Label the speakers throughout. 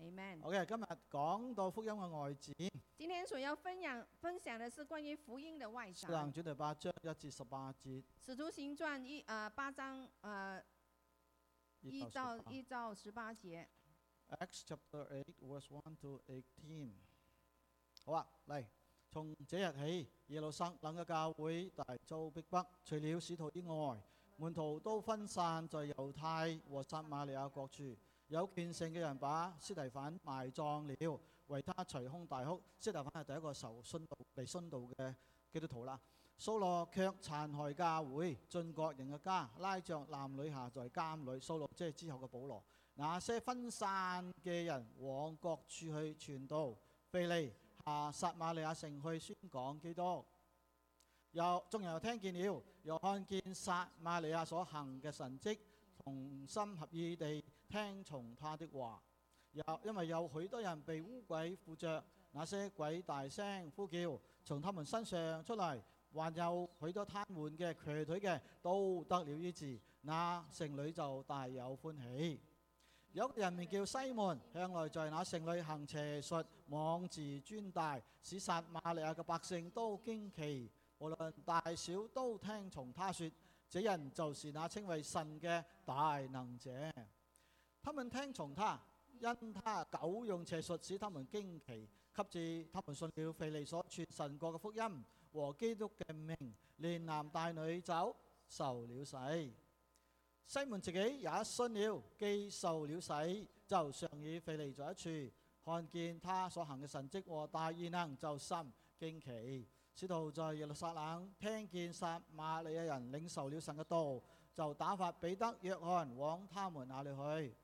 Speaker 1: Amen。
Speaker 2: OK，今日講到福音嘅外展，
Speaker 1: 今天所要分享分享的是关于福音的外
Speaker 2: 使徒
Speaker 1: 展，
Speaker 2: 行
Speaker 1: 《
Speaker 2: 傳第八章一至十八節，
Speaker 1: 使徒行传》一呃八章呃一
Speaker 2: 依教
Speaker 1: 到
Speaker 2: 十八
Speaker 1: 一到十八节，
Speaker 2: Acts chapter eight verse one to eighteen。好啊，嚟，從這日起，耶路撒冷嘅教會大遭逼迫，除了使徒以外，門徒都分散在猶太和撒瑪利亞各處。有權勢嘅人把斯提反埋葬了，為他捶胸大哭。斯提反係第一個受殉道被殉道嘅基督徒啦。掃羅卻殘害教會，進各人嘅家，拉着男女下在監裏。掃羅即係之後嘅保羅。那些分散嘅人往各處去傳道，腓利下撒瑪利亞城去宣講基督。又眾人又聽見了，又看見撒瑪利亞所行嘅神蹟，同心合意地聽從他的話。又因為有許多人被污鬼附着，那些鬼大聲呼叫，從他們身上出嚟，還有許多癱瘓嘅、瘸腿嘅都得了醫治。那城裏就大有歡喜。有個人名叫西門，向來在那城裏行邪術，妄自尊大，使撒瑪利亞嘅百姓都驚奇，無論大小都聽從他說。這人就是那稱為神嘅大能者。他們聽從他，因他久用邪術，使他們驚奇，及至他們信了腓利所傳神國嘅福音和基督嘅名，連男帶女走受了洗。西門自己也信了，既受了洗，就常與腓利在一處，看見他所行嘅神蹟和大異能，就心驚奇。使徒在耶路撒冷聽見撒瑪利亞人領受了神嘅道，就打發彼得、約翰往他們那裏去。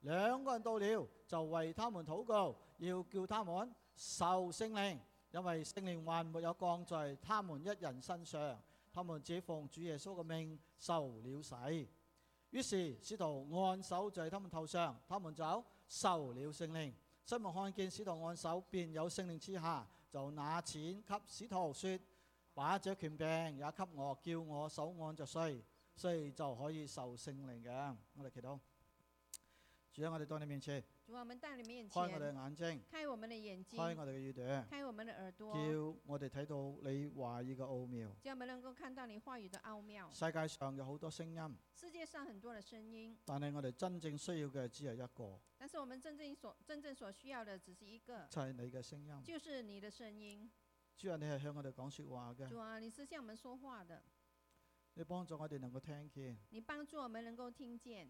Speaker 2: 兩個人到了，就為他們禱告，要叫他們受聖靈，因為聖靈還沒有降在他們一人身上。他們只奉主耶穌嘅命受了洗。於是使徒按手在他們頭上，他們就受了聖靈。西門看見使徒按手，便有聖靈之下，就拿錢給使徒說：把這權柄也給我，叫我手按着誰，誰就可以受聖靈嘅。我哋祈禱，主啊喺我哋當你面前，
Speaker 1: 主啊，我们到你面
Speaker 2: 開我哋
Speaker 1: 前，
Speaker 2: 嘅眼睛，
Speaker 1: 开我们的眼睛，
Speaker 2: 開我哋嘅耳朵，
Speaker 1: 开我们的耳朵，
Speaker 2: 叫我哋睇到你話語嘅奧妙。
Speaker 1: 叫我们能够看到你话语的奥妙。
Speaker 2: 世界上有好多聲音，
Speaker 1: 世界上很多的声音，
Speaker 2: 但係我哋真正需要嘅只係一個，
Speaker 1: 但是我们真正所真正所需要的只是一个，
Speaker 2: 就係你嘅聲音。
Speaker 1: 就是你的声音。
Speaker 2: 主啊，你係向我哋講说話嘅
Speaker 1: 主，啊，你是向我们说话的，
Speaker 2: 你幫助我哋能夠聽見。
Speaker 1: 你帮助我们能够听见。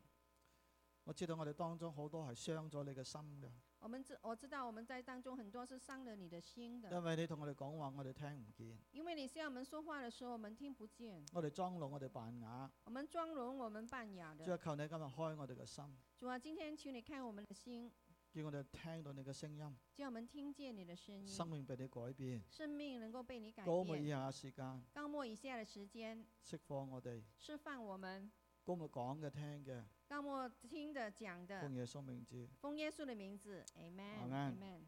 Speaker 2: 我知道我哋當中好多係傷咗你嘅心嘅，
Speaker 1: 我们知我知道我们在當中很多是傷了你的心的，
Speaker 2: 因為你同我哋講話，我哋聽唔見，
Speaker 1: 因為你向我们说話的時候，我們聽不見，
Speaker 2: 我哋裝聾，我哋扮啞。
Speaker 1: 我們裝聋，我們扮哑
Speaker 2: 主
Speaker 1: 的。
Speaker 2: 啊，求你今日開我哋嘅心，
Speaker 1: 主啊，今天求你看我們的心，
Speaker 2: 叫我哋聽到你嘅聲音，
Speaker 1: 叫我們聽見你的聲
Speaker 2: 生
Speaker 1: 音，
Speaker 2: 命被你改變。
Speaker 1: 生命能夠被你改
Speaker 2: 高牧以
Speaker 1: 嗯變。
Speaker 2: 下時間
Speaker 1: 高末以下的時間，
Speaker 2: 釋放我哋，
Speaker 1: 釋放我們。
Speaker 2: 高牧講嘅聽嘅，
Speaker 1: 高末聽的、講
Speaker 2: 奉
Speaker 1: 的，
Speaker 2: 耶穌名字。
Speaker 1: 奉耶穌的名字，Amen。
Speaker 2: Amen
Speaker 1: Amen。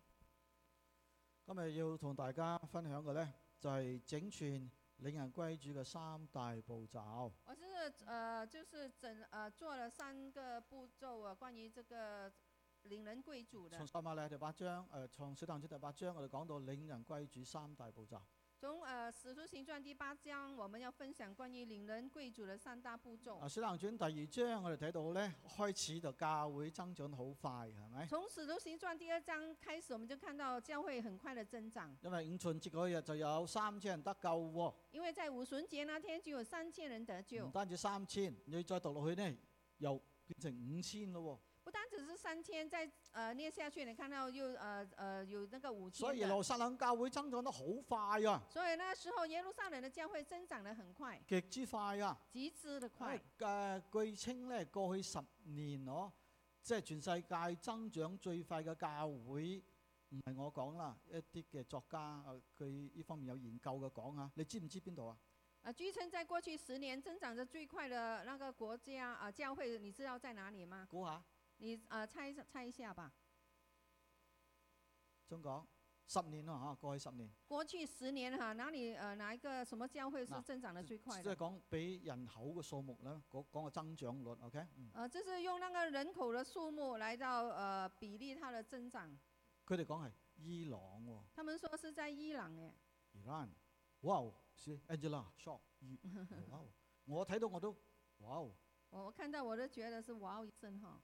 Speaker 2: 今日要同大家分享嘅呢，就係整全領人歸主嘅三大步驟。
Speaker 1: 我是呃，就是整呃做了三個步驟啊，關於這個領人歸主的
Speaker 2: 從。撒瑪利亞第八章，誒、呃從小堂書第八章，我哋講到領人歸主三大步驟。
Speaker 1: 从呃《使徒行传》第八章，我们要分享关于领人贵主的三大步骤。
Speaker 2: 啊，小堂傳第二章，我哋睇到咧，開始就教會增長得好快，係 咪？
Speaker 1: 从《使徒行传》第二章开始，我们就看到教会很快的增长，
Speaker 2: 因為五旬節嗰日就有三千人得救喎、
Speaker 1: 因为在五旬节那天就有三千人得
Speaker 2: 唔
Speaker 1: 救，
Speaker 2: 單止三千，你再讀落去呢，又變成五千咯
Speaker 1: 不单只是三千，在呃列下去，你看到又呃呃有那个五
Speaker 2: 喎。所
Speaker 1: 千
Speaker 2: 以耶
Speaker 1: 的，
Speaker 2: 路撒冷教會增長得好快啊，
Speaker 1: 所以那时候耶路撒冷的教会增长得很快，
Speaker 2: 極之快啊！
Speaker 1: 极之的快
Speaker 2: 誒、。據稱咧，過去十年哦，即係全世界增長最快嘅教會，唔係我講啦，一啲嘅作家啊佢呢方面有研究嘅講啊，你知唔知邊度啊？
Speaker 1: 呃，据称在过去十年增长得最快的那个国家啊、呃教会，你知道在哪里吗？
Speaker 2: 估下，
Speaker 1: 你呃猜一猜一下吧。
Speaker 2: 中國十年啦嚇，過去十年，
Speaker 1: 过去十年哈，哪里呃哪一个什么教会是
Speaker 2: 那
Speaker 1: 增长的最快
Speaker 2: 即係
Speaker 1: 的？
Speaker 2: 講比人口嘅數目啦，講講個增長率，OK，嗯
Speaker 1: 呃，这是用那个人口的数目来到呃比例它的的增长。
Speaker 2: 佢哋講係伊朗喎、
Speaker 1: 他们说是在伊朗诶，
Speaker 2: Iran。哇！是 Angela Shaw 伊。哇！我睇到我都哇！
Speaker 1: 我我看到我都觉得是哇哦一声哈，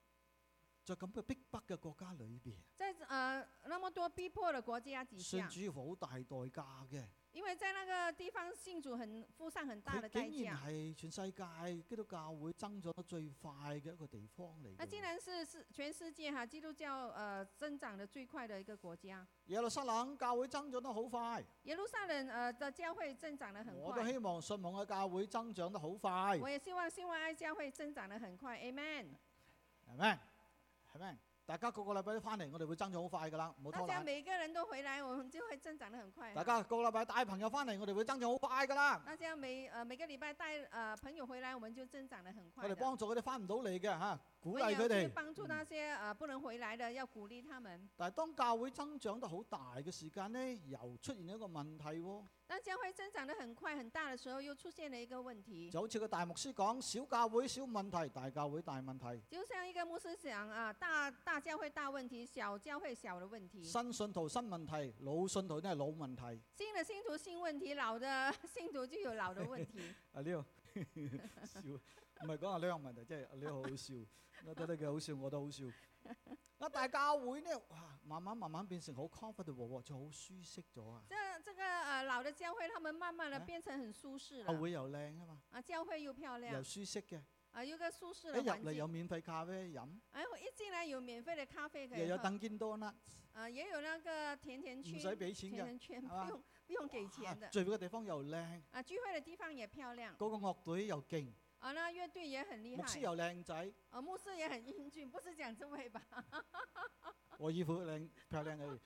Speaker 2: 在咁嘅逼迫嘅國家裏邊，
Speaker 1: 在呃那么多逼迫的国家底
Speaker 2: 信
Speaker 1: 下，
Speaker 2: 主要付好大代價嘅。
Speaker 1: 因为在那个地方信主很付上很大的代
Speaker 2: 佢竟然
Speaker 1: 价，
Speaker 2: 係全世界基督教會增長得最快嘅一個地方嚟
Speaker 1: 那竟
Speaker 2: 嘅。
Speaker 1: 然是是全世界哈基督教呃增长的最快的一个国家。
Speaker 2: 耶路撒冷教會增長得好快，
Speaker 1: 耶路撒冷呃的教会增长得很
Speaker 2: 我都
Speaker 1: 快，
Speaker 2: 希望信望嘅教會增長得好快，
Speaker 1: 我也希望新望爱教会增长得很快，Amen。
Speaker 2: 係咪？係咪？大家個個禮拜都翻嚟，我哋會增長好快㗎啦，唔好
Speaker 1: 大
Speaker 2: 拖
Speaker 1: 家
Speaker 2: 懶。
Speaker 1: 每个人都回来，我们就会增长得很快。
Speaker 2: 大家個個禮拜帶朋友翻嚟，我哋會增長好快㗎啦。
Speaker 1: 大家每呃每个礼拜带呃朋友回来，我们就增长得很快
Speaker 2: 我
Speaker 1: 的。
Speaker 2: 哋幫助佢哋翻唔到嚟嘅嚇，鼓
Speaker 1: 我
Speaker 2: 勵
Speaker 1: 也
Speaker 2: 佢
Speaker 1: 就是
Speaker 2: 哋。
Speaker 1: 帮助那些
Speaker 2: 嗯
Speaker 1: 呃不能回来的，要鼓励他们。
Speaker 2: 但係當教會增長得好大嘅時間呢，又出現一個問題喎、
Speaker 1: 那教会增长得很快很大的时候，又出现了一个問題，
Speaker 2: 就好似個大牧師講：小教會小問題，大教會大問題。
Speaker 1: 就像一个牧师讲啊，大大教会大問題，小教会小的問題。
Speaker 2: 新信徒新問題，老信徒都係老問題。
Speaker 1: 新的信徒新問題，老的 信徒就有老的問 題。
Speaker 2: 阿 Leo 笑，唔係講阿 Leo 問題，即係阿 Leo 好笑，我覺得佢好笑，我都好笑。 啊，大教會呢，哇，慢慢慢慢變成好 comfortable 喎，就好舒適咗啊。
Speaker 1: 这这个呃老的教会，他們慢慢的
Speaker 2: 啊
Speaker 1: 變成很舒適
Speaker 2: 教
Speaker 1: 了
Speaker 2: 會又靚啊嘛，
Speaker 1: 啊，教会又漂亮
Speaker 2: 又舒適嘅，
Speaker 1: 啊，有個舒適
Speaker 2: 一
Speaker 1: 的環
Speaker 2: 入嚟有
Speaker 1: 境。
Speaker 2: 免費咖啡飲，
Speaker 1: 哎，我一進來有免費的咖啡可
Speaker 2: 又
Speaker 1: 以
Speaker 2: 有
Speaker 1: 喝，
Speaker 2: 等見多啦，
Speaker 1: 啊，也有那個甜甜
Speaker 2: 唔
Speaker 1: 圈，
Speaker 2: 使
Speaker 1: 甜
Speaker 2: 俾錢嘅。
Speaker 1: 甜圈不
Speaker 2: 係嘛
Speaker 1: 用不用給
Speaker 2: 哇
Speaker 1: 錢的
Speaker 2: 聚會嘅地方又靚，
Speaker 1: 啊，聚會的地方也漂亮
Speaker 2: 嗰、個樂隊又勁，
Speaker 1: 啊，那樂隊也很厲
Speaker 2: 牧師
Speaker 1: 害，
Speaker 2: 又靚仔，
Speaker 1: 啊，牧師也很英俊，不是講這位 吧？
Speaker 2: 我衣服靚漂亮嘅，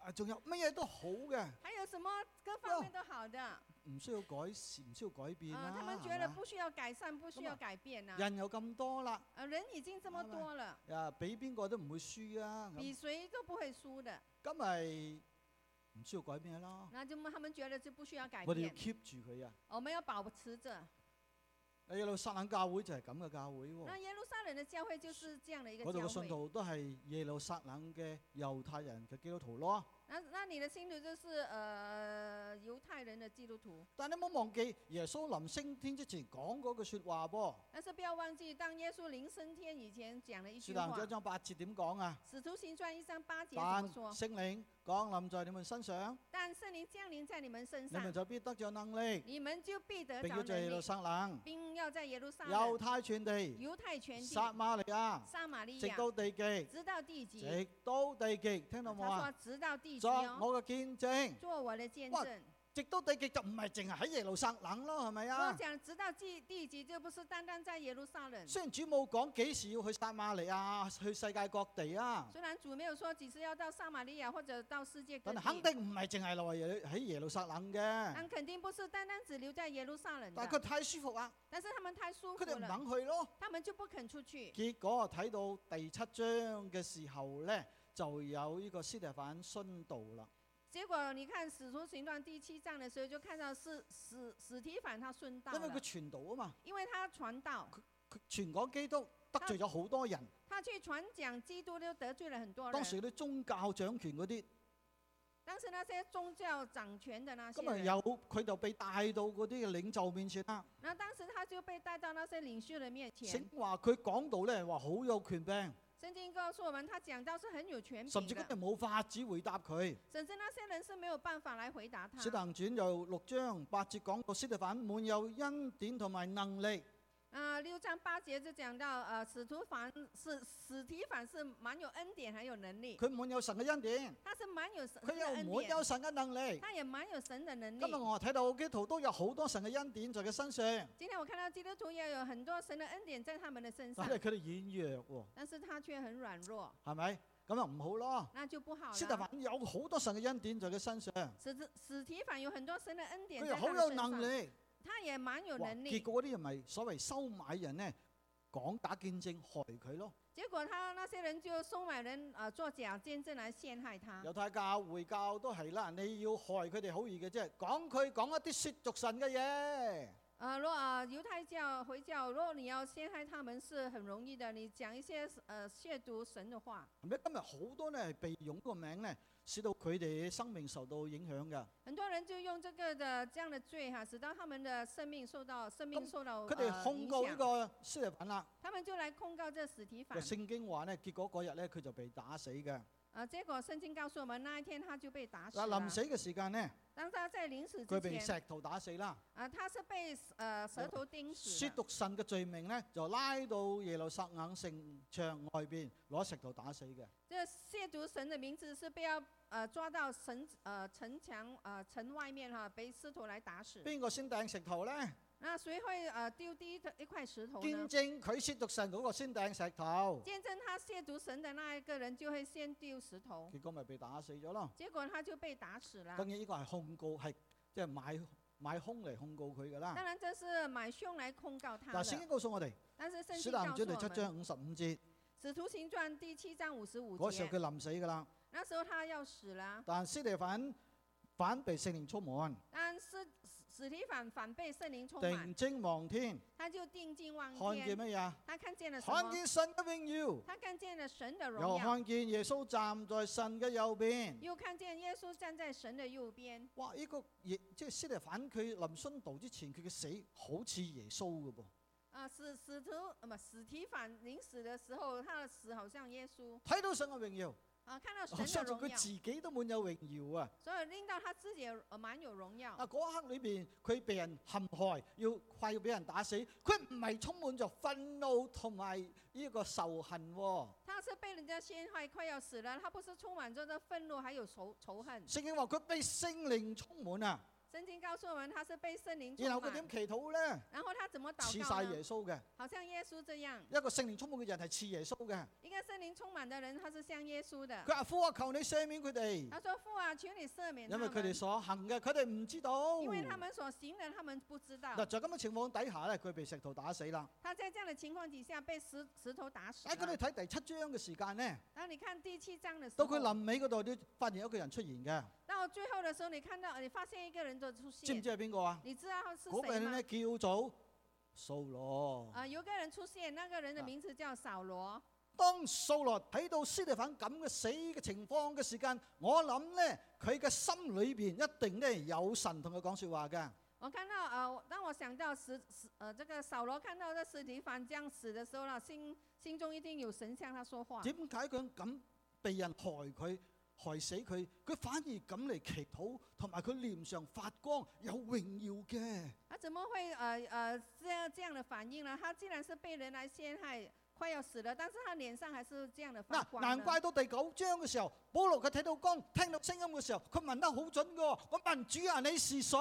Speaker 2: 啊，仲有乜嘢都好嘅，
Speaker 1: 还有什么各方面都好的啊，
Speaker 2: 唔需要改善，唔需要改變啦、
Speaker 1: 他們覺
Speaker 2: 係
Speaker 1: 得
Speaker 2: 嘛
Speaker 1: 不需要改善，不需
Speaker 2: 咁啊
Speaker 1: 要改變啊，
Speaker 2: 人又咁多啦，
Speaker 1: 啊，人已經這麼
Speaker 2: 啱啦
Speaker 1: 多了。
Speaker 2: 啊，俾邊個都唔會輸啊，
Speaker 1: 比
Speaker 2: 咁
Speaker 1: 谁都不會輸的。
Speaker 2: 咁咪唔需要改變啦。
Speaker 1: 那就他們覺得就不需要改
Speaker 2: 我哋要
Speaker 1: 變，
Speaker 2: keep 住佢啊！
Speaker 1: 我們要保持着。
Speaker 2: 耶路撒冷教會就係咁嘅教會喎、
Speaker 1: 那耶路撒冷的教會就是這哦樣的一
Speaker 2: 我
Speaker 1: 個
Speaker 2: 哋嘅
Speaker 1: 教
Speaker 2: 信
Speaker 1: 會。
Speaker 2: 徒都係耶路撒冷嘅猶太人嘅基督徒咯。
Speaker 1: 那那你的信徒就是呃猶太人的基督徒，
Speaker 2: 但你唔好忘記耶穌臨升天之前講嗰句説話噃。
Speaker 1: 但是不要忘記，當耶穌臨升天以前講了一
Speaker 2: 使
Speaker 1: 句
Speaker 2: 徒行
Speaker 1: 話，
Speaker 2: 傳
Speaker 1: 《
Speaker 2: 一章八節點講啊？
Speaker 1: 使徒行傳》一章八節怎
Speaker 2: 但
Speaker 1: 麼說？
Speaker 2: 聖靈降臨在你們身上，
Speaker 1: 但聖靈降臨在你們身
Speaker 2: 你們
Speaker 1: 上，
Speaker 2: 就必得着能力，
Speaker 1: 你們就必得
Speaker 2: 並
Speaker 1: 着
Speaker 2: 要在耶
Speaker 1: 能
Speaker 2: 路
Speaker 1: 力，
Speaker 2: 撒冷、
Speaker 1: 並要在耶路撒
Speaker 2: 猶
Speaker 1: 冷、
Speaker 2: 太全地、
Speaker 1: 猶太全地、
Speaker 2: 撒瑪利亞，
Speaker 1: 撒瑪利
Speaker 2: 直
Speaker 1: 亞，
Speaker 2: 到地極，
Speaker 1: 直到地極。
Speaker 2: 直到地極，聽到冇
Speaker 1: 他說
Speaker 2: 啊？：
Speaker 1: 直到地極
Speaker 2: 作
Speaker 1: 哦。
Speaker 2: 我嘅見證，
Speaker 1: 做我的见
Speaker 2: 哇
Speaker 1: 证。
Speaker 2: 直到地極就唔係淨係喺耶路撒冷咯，係咪
Speaker 1: 我
Speaker 2: 啊？
Speaker 1: 讲直到地地级，就不是单单在耶路撒冷。
Speaker 2: 雖然主冇講幾時要去撒瑪利亞，去世界各地啊，
Speaker 1: 虽然主没有说几时要到撒玛利亚或者到世界各
Speaker 2: 但
Speaker 1: 地
Speaker 2: 係，肯定唔係淨係留喺喺耶路撒冷
Speaker 1: 但
Speaker 2: 嘅。
Speaker 1: 肯定不是单单只留在耶路撒冷
Speaker 2: 但係佢
Speaker 1: 的。
Speaker 2: 太舒服啊，
Speaker 1: 但是他们太舒
Speaker 2: 佢哋
Speaker 1: 服
Speaker 2: 唔
Speaker 1: 了，
Speaker 2: 肯去咯。
Speaker 1: 他们就不肯出去。
Speaker 2: 結果睇到第七章嘅時候呢，就有呢個斯提反殉道啦。
Speaker 1: 结果你看《使徒行传》第七章的时候，就看到是史史提反他殉道
Speaker 2: 因為佢
Speaker 1: 了，
Speaker 2: 傳道啊嘛，
Speaker 1: 因为他传道，
Speaker 2: 佢傳講基督得罪咗好多人，
Speaker 1: 他去传讲基督都得罪了很多
Speaker 2: 當
Speaker 1: 人。
Speaker 2: 時嗰啲宗教掌權嗰啲，
Speaker 1: 当时那些宗教掌权的那些
Speaker 2: 咁啊
Speaker 1: 人，
Speaker 2: 有佢就被帶到嗰啲領袖面前啦。
Speaker 1: 那当时他就被带到那些领袖的面前
Speaker 2: 聖。經話佢講道呢，話好有權柄，
Speaker 1: 圣经告诉我们，他讲到是很有权
Speaker 2: 甚
Speaker 1: 柄
Speaker 2: 至
Speaker 1: 的
Speaker 2: 嗰，啲冇法子回答佢。
Speaker 1: 甚至那些人是没有办法来回答他
Speaker 2: 《使。徒行傳》又六章八節講到斯提反滿有恩典同埋能力，
Speaker 1: 啊、六章八节就讲到，呃，使徒凡是使提凡是蛮有恩典，还有能力，
Speaker 2: 佢滿有神嘅恩典，
Speaker 1: 他是蛮有神
Speaker 2: 佢
Speaker 1: 神的
Speaker 2: 又
Speaker 1: 恩
Speaker 2: 滿
Speaker 1: 典，
Speaker 2: 有神嘅能力。
Speaker 1: 他也蛮有神的能
Speaker 2: 今日
Speaker 1: 力。
Speaker 2: 我睇到基督徒都有好多神嘅恩典在佢 身上，
Speaker 1: 今天我看到基督徒也有很多神的恩典在他们的身上
Speaker 2: 但，係佢哋軟弱喎，
Speaker 1: 但是他却很软弱，
Speaker 2: 係咪？咁又唔好咯。
Speaker 1: 那就不好
Speaker 2: 斯特
Speaker 1: 了。
Speaker 2: 凡有好多神嘅恩典在佢身上，
Speaker 1: 使徒使提凡有很多神的恩典
Speaker 2: 佢
Speaker 1: 在
Speaker 2: 哎又好
Speaker 1: 他的
Speaker 2: 有
Speaker 1: 身
Speaker 2: 能
Speaker 1: 上，
Speaker 2: 力。
Speaker 1: 他也蛮有
Speaker 2: 哇
Speaker 1: 能
Speaker 2: 結
Speaker 1: 力。
Speaker 2: 果嗰啲人咪所謂收買人呢，講打見證害佢咯。
Speaker 1: 结果他那些人就收买人，呃，做假见证来陷害他。
Speaker 2: 猶太教、回教都係啦，你要害佢哋好易嘅啫，講佢講一啲褻瀆神嘅嘢。
Speaker 1: 呃，若啊犹太教、回教，若你要陷害他们是很容易的，你讲一些呃亵渎神的话。
Speaker 2: 係咪？今日好多咧係被用個名咧，使到佢哋嘅生命受到影響嘅。
Speaker 1: 很多人就用这个的这样的罪哈、使到他们的生命受到生命
Speaker 2: 咁
Speaker 1: 受到
Speaker 2: 佢哋
Speaker 1: 呃
Speaker 2: 控
Speaker 1: 影
Speaker 2: 告呢
Speaker 1: 响，
Speaker 2: 個斯提反啦。
Speaker 1: 他们就来控告这史提法
Speaker 2: 個。聖經話咧，結果嗰日咧佢就被打死嘅。
Speaker 1: 啊，结果圣经告诉我们，那一天他就被打死
Speaker 2: 嗱，
Speaker 1: 了
Speaker 2: 臨。死嘅時間咧，
Speaker 1: 当他在临死
Speaker 2: 佢
Speaker 1: 啊之
Speaker 2: 被
Speaker 1: 前，
Speaker 2: 石頭打死啦。
Speaker 1: 啊，他是被呃舌头钉死
Speaker 2: 亵
Speaker 1: 的。
Speaker 2: 渎神嘅罪名咧，就拉到耶路撒冷城牆外邊攞石頭打死嘅。
Speaker 1: 这亵渎神的名字是被要呃抓到城呃城墙呃城外面哈、被石头来打死。
Speaker 2: 邊個先掟石頭咧？
Speaker 1: 那谁会呃丢第一的一块石头
Speaker 2: 見
Speaker 1: 呢？
Speaker 2: 證佢亵渎神嗰個先掟石頭，
Speaker 1: 见证他亵渎神的那一个人就会先丢石头，
Speaker 2: 結果咪被打死咗咯。
Speaker 1: 结果他就被打死了
Speaker 2: 當。然呢個係控告，係即係買買兇嚟控告佢㗎啦。
Speaker 1: 当然这是买凶来控告他
Speaker 2: 嗱，聖
Speaker 1: 的，
Speaker 2: 經告訴我哋，
Speaker 1: 但是圣
Speaker 2: 《使
Speaker 1: 经告诉
Speaker 2: 徒行傳》
Speaker 1: 我
Speaker 2: 第七
Speaker 1: 们，
Speaker 2: 章五十五節
Speaker 1: 使徒行传第七章五十五
Speaker 2: 嗰時候
Speaker 1: 节，
Speaker 2: 佢臨死㗎啦，
Speaker 1: 那时候他要死了，
Speaker 2: 但斯蒂反反被聖靈充滿，
Speaker 1: 但是史提反反被圣灵充满，
Speaker 2: 定睛望天，
Speaker 1: 他就定睛望
Speaker 2: 看見
Speaker 1: 天，
Speaker 2: 乜嘢啊？
Speaker 1: 他看见了什
Speaker 2: 看
Speaker 1: 么？
Speaker 2: 見神嘅榮
Speaker 1: 他看见了神的
Speaker 2: 耀，
Speaker 1: 荣
Speaker 2: 又
Speaker 1: 耀，
Speaker 2: 看見耶穌站在神嘅右邊。
Speaker 1: 又看见耶稣站在神的右边。
Speaker 2: 哇！呢、個耶即係斯蒂反佢臨殉道之前，佢嘅死好似耶穌嘅噃。
Speaker 1: 啊，使使徒呃不使提反临死的时候，他的死好像耶稣
Speaker 2: 睇到神嘅榮耀，
Speaker 1: 啊，看到
Speaker 2: 我
Speaker 1: 神
Speaker 2: 相
Speaker 1: 的
Speaker 2: 信
Speaker 1: 荣
Speaker 2: 佢
Speaker 1: 耀，
Speaker 2: 自己都滿有榮耀啊！
Speaker 1: 所以令到他自己也呃满有荣耀
Speaker 2: 啊！。嗰一刻裏邊，佢被人陷害，要快要俾人打死，佢唔係充滿着憤怒同埋呢個仇恨、喎。
Speaker 1: 他是被人家陷害，快要死了，他不是充满着的愤怒，还有仇仇恨。
Speaker 2: 聖經話佢被聖靈充滿啊，
Speaker 1: 圣经告诉我们，他是被圣灵充
Speaker 2: 然後佢
Speaker 1: 满
Speaker 2: 點。祈禱咧？
Speaker 1: 然后他怎么
Speaker 2: 似
Speaker 1: 祷
Speaker 2: 晒
Speaker 1: 告呢？
Speaker 2: 耶穌嘅，
Speaker 1: 好像耶稣这样，
Speaker 2: 一個聖靈充滿嘅人係似耶穌嘅。
Speaker 1: 一个圣灵充满的人，他是像耶稣的
Speaker 2: 佢。話父啊，求你赦免佢哋，
Speaker 1: 他说：“父啊，求你赦免他
Speaker 2: 因為佢哋
Speaker 1: 们，
Speaker 2: 所行嘅，佢哋唔知道。
Speaker 1: 因为他们所行的，他们不知道。
Speaker 2: 嗱，在咁嘅情況底下咧，佢被石頭打死啦。”
Speaker 1: 他在这样的情况底下被石石头打死
Speaker 2: 喺佢哋
Speaker 1: 了。
Speaker 2: 睇第七章嘅時間咧，
Speaker 1: 当你看第七章的时
Speaker 2: 到佢
Speaker 1: 候，
Speaker 2: 臨尾嗰度，你發現有一個人出現嘅，
Speaker 1: 到最后的时候，你看到你发现一个人的出
Speaker 2: 知唔
Speaker 1: 现，
Speaker 2: 知係邊個啊？
Speaker 1: 你知道他是
Speaker 2: 嗰個
Speaker 1: 谁
Speaker 2: 人
Speaker 1: 吗
Speaker 2: 咧？叫做掃羅。
Speaker 1: 啊，有个人出现，那个人的
Speaker 2: 啊
Speaker 1: 名字叫扫罗。
Speaker 2: 當掃羅睇到斯蒂反咁嘅死嘅情況嘅時間，我諗咧佢嘅心裏邊一定咧有神同佢講説話嘅。
Speaker 1: 我看到呃，当我想到史史呃这个扫罗看到这史提凡这样死的时候呢，心心中一定有神向他说话。
Speaker 2: 點解佢咁被人害佢害死佢？佢反而咁嚟祈禱，同埋佢臉上發光，有榮耀嘅。
Speaker 1: 他怎么会呃呃这样这样的反应呢？他既然是被人来陷害，快要死了，但是他脸上还是这样的发
Speaker 2: 嗱，
Speaker 1: 光。
Speaker 2: 難怪到第九章嘅時候，保羅佢睇到光、聽到聲音嘅時候，佢問得好準嘅喎。我問主啊，你是誰？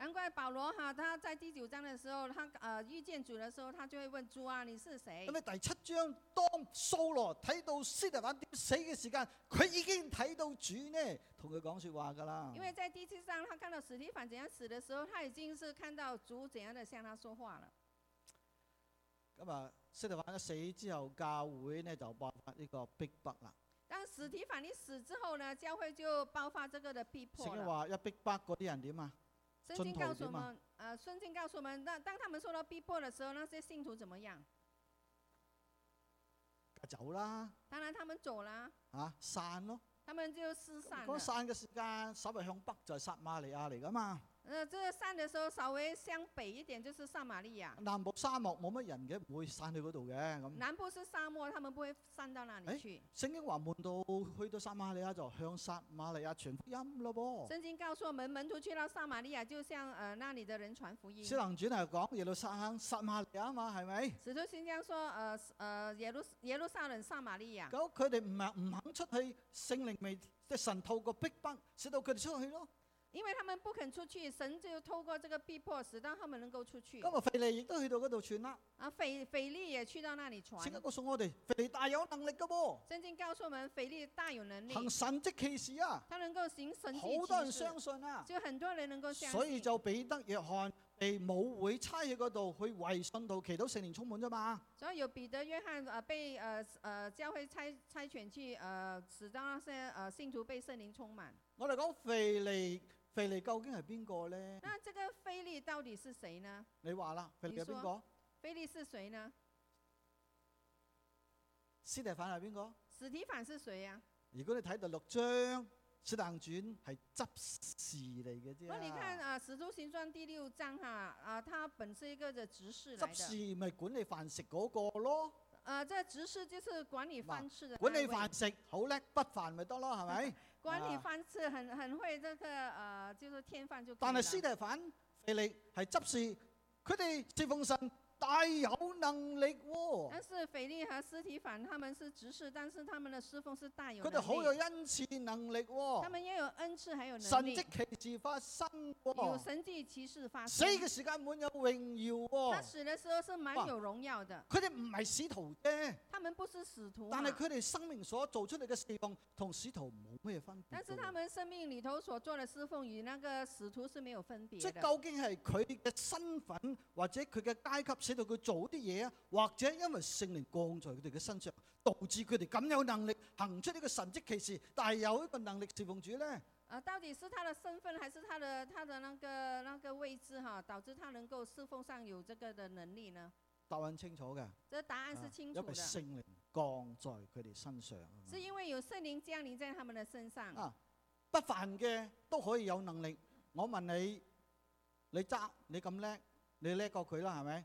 Speaker 1: 难怪保罗哈，他在第九章的时候，他呃遇见主的时候，他就会问主啊，你是谁
Speaker 2: 咁？你第七章，當掃羅睇到斯提反點死嘅時間，佢已經睇到主呢，同佢講説話㗎啦。
Speaker 1: 因为在第七章他看到史提凡怎样死的时候，他已经是看到主怎样的向他说话了。
Speaker 2: 咁啊，斯提反一死之後，教會呢就爆發呢個逼迫啦。
Speaker 1: 当史提凡一死之后呢，教会就爆发这个的逼
Speaker 2: 聖
Speaker 1: 迫
Speaker 2: 經
Speaker 1: 了。
Speaker 2: 話一逼迫嗰啲人點啊？
Speaker 1: 圣
Speaker 2: 遵
Speaker 1: 经
Speaker 2: 徒
Speaker 1: 告诉
Speaker 2: 的
Speaker 1: 我
Speaker 2: 嘛
Speaker 1: 们，呃，圣经告诉我们，那当他们受到逼迫的时候，那些信徒怎么样？
Speaker 2: 走啦，
Speaker 1: 当然，他们走了，
Speaker 2: 啊散咯。
Speaker 1: 他們就失散
Speaker 2: 講
Speaker 1: 了。
Speaker 2: 散嘅時間，稍微向北就係撒瑪利亞嚟㗎嘛。
Speaker 1: 呃，这个散的时候稍微向北一点就是撒玛利亚，
Speaker 2: 南部沙漠冇乜人嘅，唔會散去嗰度嘅咁。
Speaker 1: 南部是沙漠，他们不会散到那
Speaker 2: 哎
Speaker 1: 里去。
Speaker 2: 聖經話門到去到撒瑪利亞就向撒瑪利亞傳福音咯噃。
Speaker 1: 圣经告诉我们，门徒去到撒玛利亚，就像呃那里的人传福音。
Speaker 2: 使能傳係講耶路撒冷撒瑪利亞啊嘛，係咪？
Speaker 1: 使徒行将说，呃呃耶路耶路撒冷撒玛利亚，
Speaker 2: 咁佢哋唔係唔肯出去，聖靈未即係神透過逼迫，使到佢哋出去咯。
Speaker 1: 因为他们不肯出去，神就透过这个逼迫，使到他们能够出去。
Speaker 2: 咁啊，腓利亦都去到嗰度傳啦。
Speaker 1: 啊，腓腓力也去到那里传
Speaker 2: 聖。經告訴我哋，腓利大有能力㗎噃，
Speaker 1: 圣经告诉我们，腓力大有能力，
Speaker 2: 行神蹟奇事啊，
Speaker 1: 他能够行神迹
Speaker 2: 好多人
Speaker 1: 奇事，
Speaker 2: 相信啊。
Speaker 1: 就很多人能够相
Speaker 2: 所以
Speaker 1: 信。
Speaker 2: 就彼得、約翰被母會差去嗰度去為信徒祈禱聖靈充滿啫嘛。
Speaker 1: 所以有彼得、约翰呃被呃呃教会差差遣去呃，使到那些呃信徒被圣灵充满。
Speaker 2: 我哋講腓利腓利究竟係邊個呢？
Speaker 1: 那这个菲利到底是谁呢？
Speaker 2: 你話啦，腓利係邊
Speaker 1: 你
Speaker 2: 個？
Speaker 1: 菲利是谁呢？
Speaker 2: 斯提反係邊個？
Speaker 1: 史提反是谁呀、
Speaker 2: 如果你睇第六章《使徒行傳》係執事嚟嘅啫
Speaker 1: 如果你看
Speaker 2: 啊。
Speaker 1: 啊，《使徒行传》第六章哈啊，他本是一个的执事来
Speaker 2: 執
Speaker 1: 的，
Speaker 2: 事咪管理飯食嗰個咯，
Speaker 1: 啊，这执事就是管理
Speaker 2: 嘛
Speaker 1: 饭吃的那
Speaker 2: 管
Speaker 1: 一
Speaker 2: 理
Speaker 1: 位
Speaker 2: 飯食好叻，不飯咪得咯，係咪？
Speaker 1: 管理
Speaker 2: 啊
Speaker 1: 饭吃很很会这个呃，就是添饭就可以
Speaker 2: 但係
Speaker 1: 了。
Speaker 2: 斯提反、腓利係執事，佢哋侍奉神大有能力喎、
Speaker 1: 但是腓力和斯提反他们是执事，但是他们的侍奉是大有
Speaker 2: 佢哋好有
Speaker 1: 能力，
Speaker 2: 恩賜能力
Speaker 1: 他
Speaker 2: 喎、
Speaker 1: 们也有恩赐，还有能
Speaker 2: 神
Speaker 1: 力，
Speaker 2: 蹟奇事發生
Speaker 1: 有
Speaker 2: 喎、
Speaker 1: 神迹奇事发
Speaker 2: 死
Speaker 1: 生。
Speaker 2: 嘅時間滿有榮耀喎、
Speaker 1: 他死的时候是蛮
Speaker 2: 哇
Speaker 1: 有荣耀的，
Speaker 2: 佢哋唔係使徒啫，
Speaker 1: 他们不是使徒嘛，
Speaker 2: 但係佢哋生命所做出嚟嘅侍奉同使徒冇咩分別
Speaker 1: 但是
Speaker 2: 㗎
Speaker 1: 他
Speaker 2: 喎。
Speaker 1: 们生命里头所做的侍奉与那个使徒是没有分别
Speaker 2: 即係
Speaker 1: 的。
Speaker 2: 究竟係佢嘅身份或者佢嘅階級使到佢做啲嘢啊，或者因為聖靈降在佢哋嘅身上，導致佢哋咁有能力行出呢個神蹟奇事，但係有一個能力侍奉主咧。
Speaker 1: 呃，到底是他的身份还是他的他的那个那个位置哈，导致他能够侍奉上有这个的能力呢？
Speaker 2: 答案清楚嘅，
Speaker 1: 这答案
Speaker 2: 啊
Speaker 1: 是清
Speaker 2: 因
Speaker 1: 楚
Speaker 2: 為
Speaker 1: 的，
Speaker 2: 聖靈降在佢哋身上。
Speaker 1: 是因为有圣灵降临在他们的身上。
Speaker 2: 啊，不凡嘅都可以有能力。我問你，你揸你咁叻，你叻過佢啦，係咪？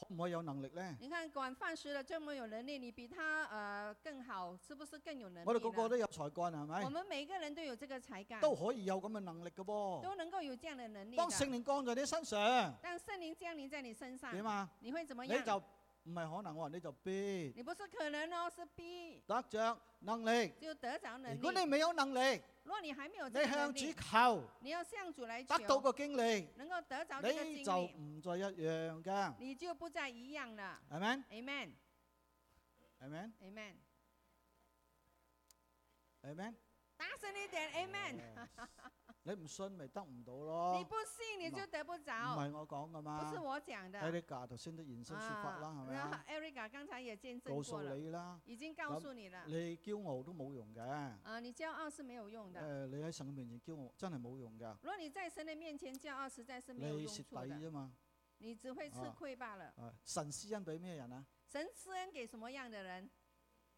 Speaker 2: 可唔可以有能力咧？
Speaker 1: 你看管饭食的这么有能力，你比他呃更好，是不是更有能力呢？
Speaker 2: 我哋個個都有才幹，係
Speaker 1: 我
Speaker 2: 咪？
Speaker 1: 们每个人都有这个才干，
Speaker 2: 都可以有咁嘅能力嘅噃。
Speaker 1: 都能够有这样的能力啊
Speaker 2: 當聖
Speaker 1: 的。
Speaker 2: 靈降在你身上，
Speaker 1: 当圣灵降临在你身上
Speaker 2: 點，啊？
Speaker 1: 你会怎么
Speaker 2: 你
Speaker 1: 样？
Speaker 2: 就唔係可能喎，你就必
Speaker 1: 你不是可能哦，是逼
Speaker 2: 得着能力。
Speaker 1: 就得着能
Speaker 2: 如
Speaker 1: 力。
Speaker 2: 果你未有能力，
Speaker 1: 如果你还没有这
Speaker 2: 你
Speaker 1: 个能
Speaker 2: 向主
Speaker 1: 力，
Speaker 2: 求，
Speaker 1: 你要向主来求，
Speaker 2: 得到個經歷，
Speaker 1: 能够得着这个
Speaker 2: 你就
Speaker 1: 经历，
Speaker 2: 唔再一樣㗎，
Speaker 1: 你就不再一样了。
Speaker 2: 係咪？
Speaker 1: Amen，Amen
Speaker 2: 係咪？係咪？
Speaker 1: 大声一点，Amen。
Speaker 2: Yes 你唔信咪得唔到
Speaker 1: 你
Speaker 2: 咯？
Speaker 1: 不信你就得不
Speaker 2: 哦唔
Speaker 1: 着，
Speaker 2: 係我講㗎
Speaker 1: 不
Speaker 2: 嘛
Speaker 1: 是我讲的。
Speaker 2: ，Erica 頭先都現身説法啦，係咪
Speaker 1: 然后
Speaker 2: 啊？
Speaker 1: Erica 刚才也见证
Speaker 2: 告
Speaker 1: 过
Speaker 2: 訴
Speaker 1: 了，
Speaker 2: 你啦，
Speaker 1: 已经告诉你了。
Speaker 2: 你驕傲都冇用嘅。
Speaker 1: 啊，你骄傲是没有用的。
Speaker 2: 誒，你喺神嘅面前驕傲真係冇用㗎，
Speaker 1: 如果你在神的面前骄傲，实在是没有
Speaker 2: 你
Speaker 1: 用
Speaker 2: 蝕
Speaker 1: 处
Speaker 2: 底
Speaker 1: 的，
Speaker 2: 啫嘛。
Speaker 1: 你只会吃
Speaker 2: 啊
Speaker 1: 亏罢了。
Speaker 2: 啊神施恩俾咩人啊？
Speaker 1: 神施恩给什么样的人？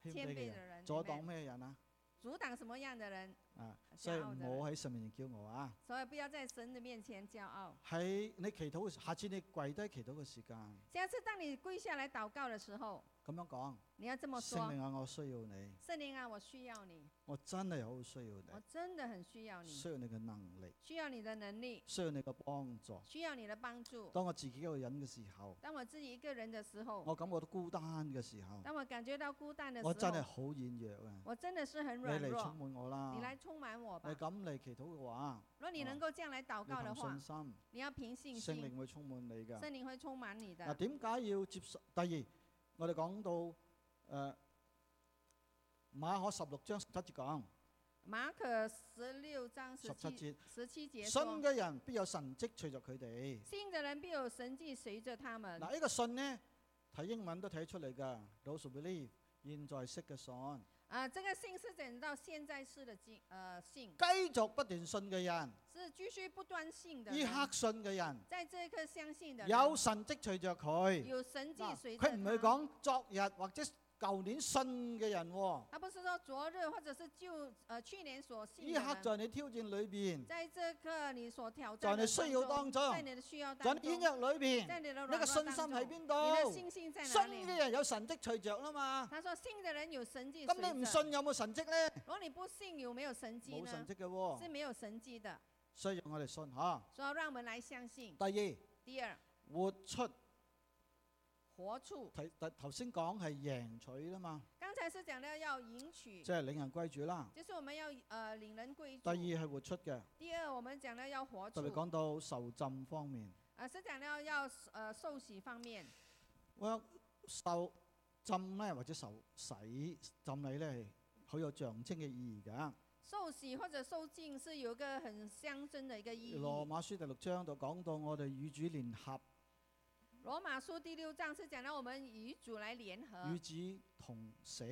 Speaker 2: 謙
Speaker 1: 谦
Speaker 2: 卑嘅
Speaker 1: 卑
Speaker 2: 人
Speaker 1: 的。人，
Speaker 2: 阻
Speaker 1: Amen
Speaker 2: 擋咩人啊？
Speaker 1: 阻挡什么样的人？
Speaker 2: 啊，
Speaker 1: 驕
Speaker 2: 所以
Speaker 1: 傲
Speaker 2: 唔
Speaker 1: 嘅
Speaker 2: 好喺神面前驕傲啊！
Speaker 1: 所以不要在神的面前骄傲。
Speaker 2: 喺你祈禱嘅時，下次你跪低祈禱嘅時間，
Speaker 1: 下次当你跪下来祷告的时候，
Speaker 2: 咁樣講，
Speaker 1: 你要这么
Speaker 2: 聖
Speaker 1: 说
Speaker 2: 靈啊，我需要你，：“
Speaker 1: 圣灵啊，我需要你，
Speaker 2: 我真係好需要
Speaker 1: 我
Speaker 2: 你，
Speaker 1: 真的很需要你，
Speaker 2: 需要你嘅能力，
Speaker 1: 需要你的能力，
Speaker 2: 需要你嘅幫助。
Speaker 1: 需要你的帮助。
Speaker 2: 當我自己一個人嘅時候，
Speaker 1: 当我自己一个人的时候，
Speaker 2: 我感覺到孤單嘅時候，
Speaker 1: 当我感觉到孤单的时
Speaker 2: 哦我真
Speaker 1: 候，
Speaker 2: 係好軟弱啊！
Speaker 1: 我真的是很
Speaker 2: 你
Speaker 1: 软
Speaker 2: 嚟充啊
Speaker 1: 弱。
Speaker 2: 滿我啦
Speaker 1: 你，来充满我吧。
Speaker 2: 你咁嚟祈禱嘅話，
Speaker 1: 如果你
Speaker 2: 啊
Speaker 1: 能够这样来祷
Speaker 2: 你
Speaker 1: 告的话
Speaker 2: 憑，信
Speaker 1: 你要凭信
Speaker 2: 心，聖
Speaker 1: 心，
Speaker 2: 靈會充滿你㗎。
Speaker 1: 圣灵会充满你
Speaker 2: 嗱，
Speaker 1: 的。
Speaker 2: 點解要接受？第二，我哋講到誒、呃、馬可十六章十七節講
Speaker 1: 马可十六章
Speaker 2: 十
Speaker 1: 十七
Speaker 2: 七
Speaker 1: 十七
Speaker 2: 節，
Speaker 1: 节
Speaker 2: 信
Speaker 1: 说
Speaker 2: 嘅人必有神蹟隨着佢哋。：“
Speaker 1: 信的人必有神迹随着他们。”
Speaker 2: 嗱，呢個信呢，睇英文都睇得出嚟㗎。Those who believe，現在式嘅信，
Speaker 1: 啊，这个信是讲到现在式的信，呃，信
Speaker 2: 繼續不斷信嘅人，
Speaker 1: 是继续不断信的
Speaker 2: 依
Speaker 1: 人，
Speaker 2: 刻信嘅人，
Speaker 1: 在这一刻相信的人
Speaker 2: 有神蹟隨着佢。
Speaker 1: 有神迹
Speaker 2: 嗱
Speaker 1: 随着
Speaker 2: 佢唔係
Speaker 1: 他。
Speaker 2: 講昨日或者舊年信嘅人喎，
Speaker 1: 他不是说昨日或者是就呃去年所信
Speaker 2: 依
Speaker 1: 的
Speaker 2: 刻
Speaker 1: 人，
Speaker 2: 在你挑戰裏邊，
Speaker 1: 在这刻你所挑
Speaker 2: 在
Speaker 1: 战
Speaker 2: 你
Speaker 1: 的
Speaker 2: 需
Speaker 1: 当
Speaker 2: 要
Speaker 1: 中
Speaker 2: 當中
Speaker 1: 在你的需要
Speaker 2: 在
Speaker 1: 当
Speaker 2: 你軟
Speaker 1: 中，
Speaker 2: 弱裏邊。
Speaker 1: 在你的
Speaker 2: 呢
Speaker 1: 软
Speaker 2: 個
Speaker 1: 弱
Speaker 2: 信
Speaker 1: 当
Speaker 2: 心喺
Speaker 1: 中，
Speaker 2: 邊
Speaker 1: 你的
Speaker 2: 度？
Speaker 1: 信心在
Speaker 2: 信
Speaker 1: 哪里？
Speaker 2: 嘅人有神蹟隨着啦嘛。
Speaker 1: 他说信的人有神迹随
Speaker 2: 咁你唔
Speaker 1: 着，
Speaker 2: 信有冇神蹟呢？
Speaker 1: 如果你不信有没有神迹
Speaker 2: 冇神
Speaker 1: 呢？
Speaker 2: 蹟嘅
Speaker 1: 是
Speaker 2: 喎，
Speaker 1: 没有神迹的，
Speaker 2: 所以我哋信吓。
Speaker 1: 所以让我们来相信。
Speaker 2: 第二，
Speaker 1: 第二，
Speaker 2: 活出
Speaker 1: 活出，
Speaker 2: 提提頭先講係贏取啦嘛，
Speaker 1: 刚才是讲到要迎娶
Speaker 2: 即。係領人歸主啦。
Speaker 1: 就是我们要呃领人归
Speaker 2: 第
Speaker 1: 主
Speaker 2: 二。係活出嘅，
Speaker 1: 第二，我们讲到要活
Speaker 2: 特別
Speaker 1: 出，
Speaker 2: 講到受浸方面。
Speaker 1: 呃，是讲到要呃受洗方面。
Speaker 2: 我受浸呢，或者受洗浸禮呢，係好有象徵嘅意義㗎。
Speaker 1: 受洗或者受浸是有一个很象征的一个意义。
Speaker 2: 羅馬書第六章度講到我哋與主聯合，
Speaker 1: 罗马书第六章是讲到我们与主来联合
Speaker 2: 與，主同死。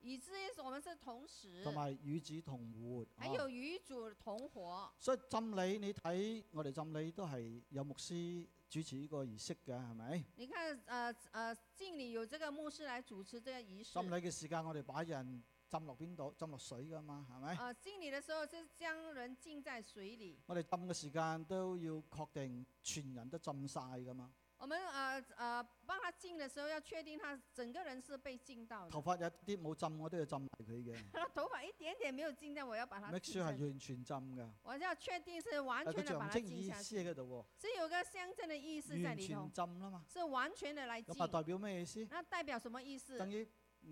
Speaker 1: 以至于我们是同时，
Speaker 2: 同埋與子同活。
Speaker 1: 还
Speaker 2: 啊
Speaker 1: 有与主同活。
Speaker 2: 所以浸禮你睇我哋浸禮都係有牧師主持呢個儀式嘅，係咪？
Speaker 1: 你看，呃呃，敬礼有这个牧师来主持这个仪式
Speaker 2: 浸。禮嘅時間我哋擺人浸落邊度？浸落水㗎嘛，係 咪？
Speaker 1: 呃，敬礼的时候是将人浸在水里。
Speaker 2: 我哋浸嘅時間都要確定全人都浸晒㗎嘛，
Speaker 1: 我们呃呃帮他浸的时候，要确定他整个人是被浸到
Speaker 2: 頭
Speaker 1: 的。
Speaker 2: 髮有啲冇浸我都要浸埋佢嘅
Speaker 1: 他的头发一点点没有浸到，我要把它
Speaker 2: ，make
Speaker 1: 浸
Speaker 2: sure
Speaker 1: 下
Speaker 2: 係
Speaker 1: 去。
Speaker 2: 完全浸㗎。
Speaker 1: 我要确定是完
Speaker 2: 但
Speaker 1: 全
Speaker 2: 係個
Speaker 1: 的把
Speaker 2: 象
Speaker 1: 它
Speaker 2: 徵
Speaker 1: 浸
Speaker 2: 意
Speaker 1: 下
Speaker 2: 思
Speaker 1: 去，
Speaker 2: 喺嗰度
Speaker 1: 是有个象征的意思
Speaker 2: 喎，
Speaker 1: 在
Speaker 2: 完
Speaker 1: 里
Speaker 2: 全
Speaker 1: 头，
Speaker 2: 浸啦嘛。
Speaker 1: 是完全的来浸
Speaker 2: 咁。啊代表咩意思？
Speaker 1: 那代表什么意思？
Speaker 2: 等於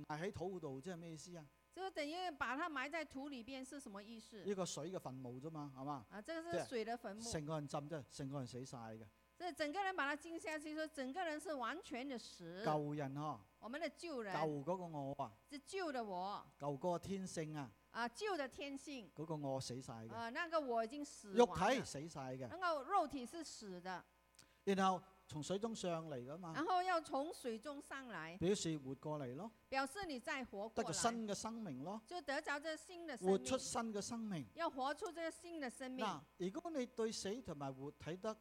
Speaker 2: 埋喺土度，即係咩意思啊？
Speaker 1: 就是等于把它埋在土里边是什么意思？
Speaker 2: 呢個水嘅墳墓啫嘛，係嘛？
Speaker 1: 啊，这个
Speaker 2: 对
Speaker 1: 是水的坟墓，
Speaker 2: 成個人浸啫，成個人死晒嘅。
Speaker 1: 这整个人把它浸下去，说整个人是完全的死。
Speaker 2: 舊人嗬，
Speaker 1: 我们的旧人
Speaker 2: 舊嗰個我啊，
Speaker 1: 是旧的我
Speaker 2: 舊嗰個天性啊，
Speaker 1: 啊，旧的天性
Speaker 2: 嗰、個我死晒嘅，
Speaker 1: 啊，那个我已经死
Speaker 2: 肉
Speaker 1: 亡
Speaker 2: 體
Speaker 1: 了，
Speaker 2: 死晒嘅，
Speaker 1: 那个肉体是死的，
Speaker 2: 然後從水中上嚟噶嘛，
Speaker 1: 然后要从水中上来，
Speaker 2: 表示活過嚟咯，
Speaker 1: 表示你再活过
Speaker 2: 得個
Speaker 1: 来，
Speaker 2: 新嘅生命咯，
Speaker 1: 就得着这新的生
Speaker 2: 活出
Speaker 1: 命，
Speaker 2: 新嘅生命。
Speaker 1: 要活出这个新的生命。
Speaker 2: 嗱，如果你對死同埋活睇得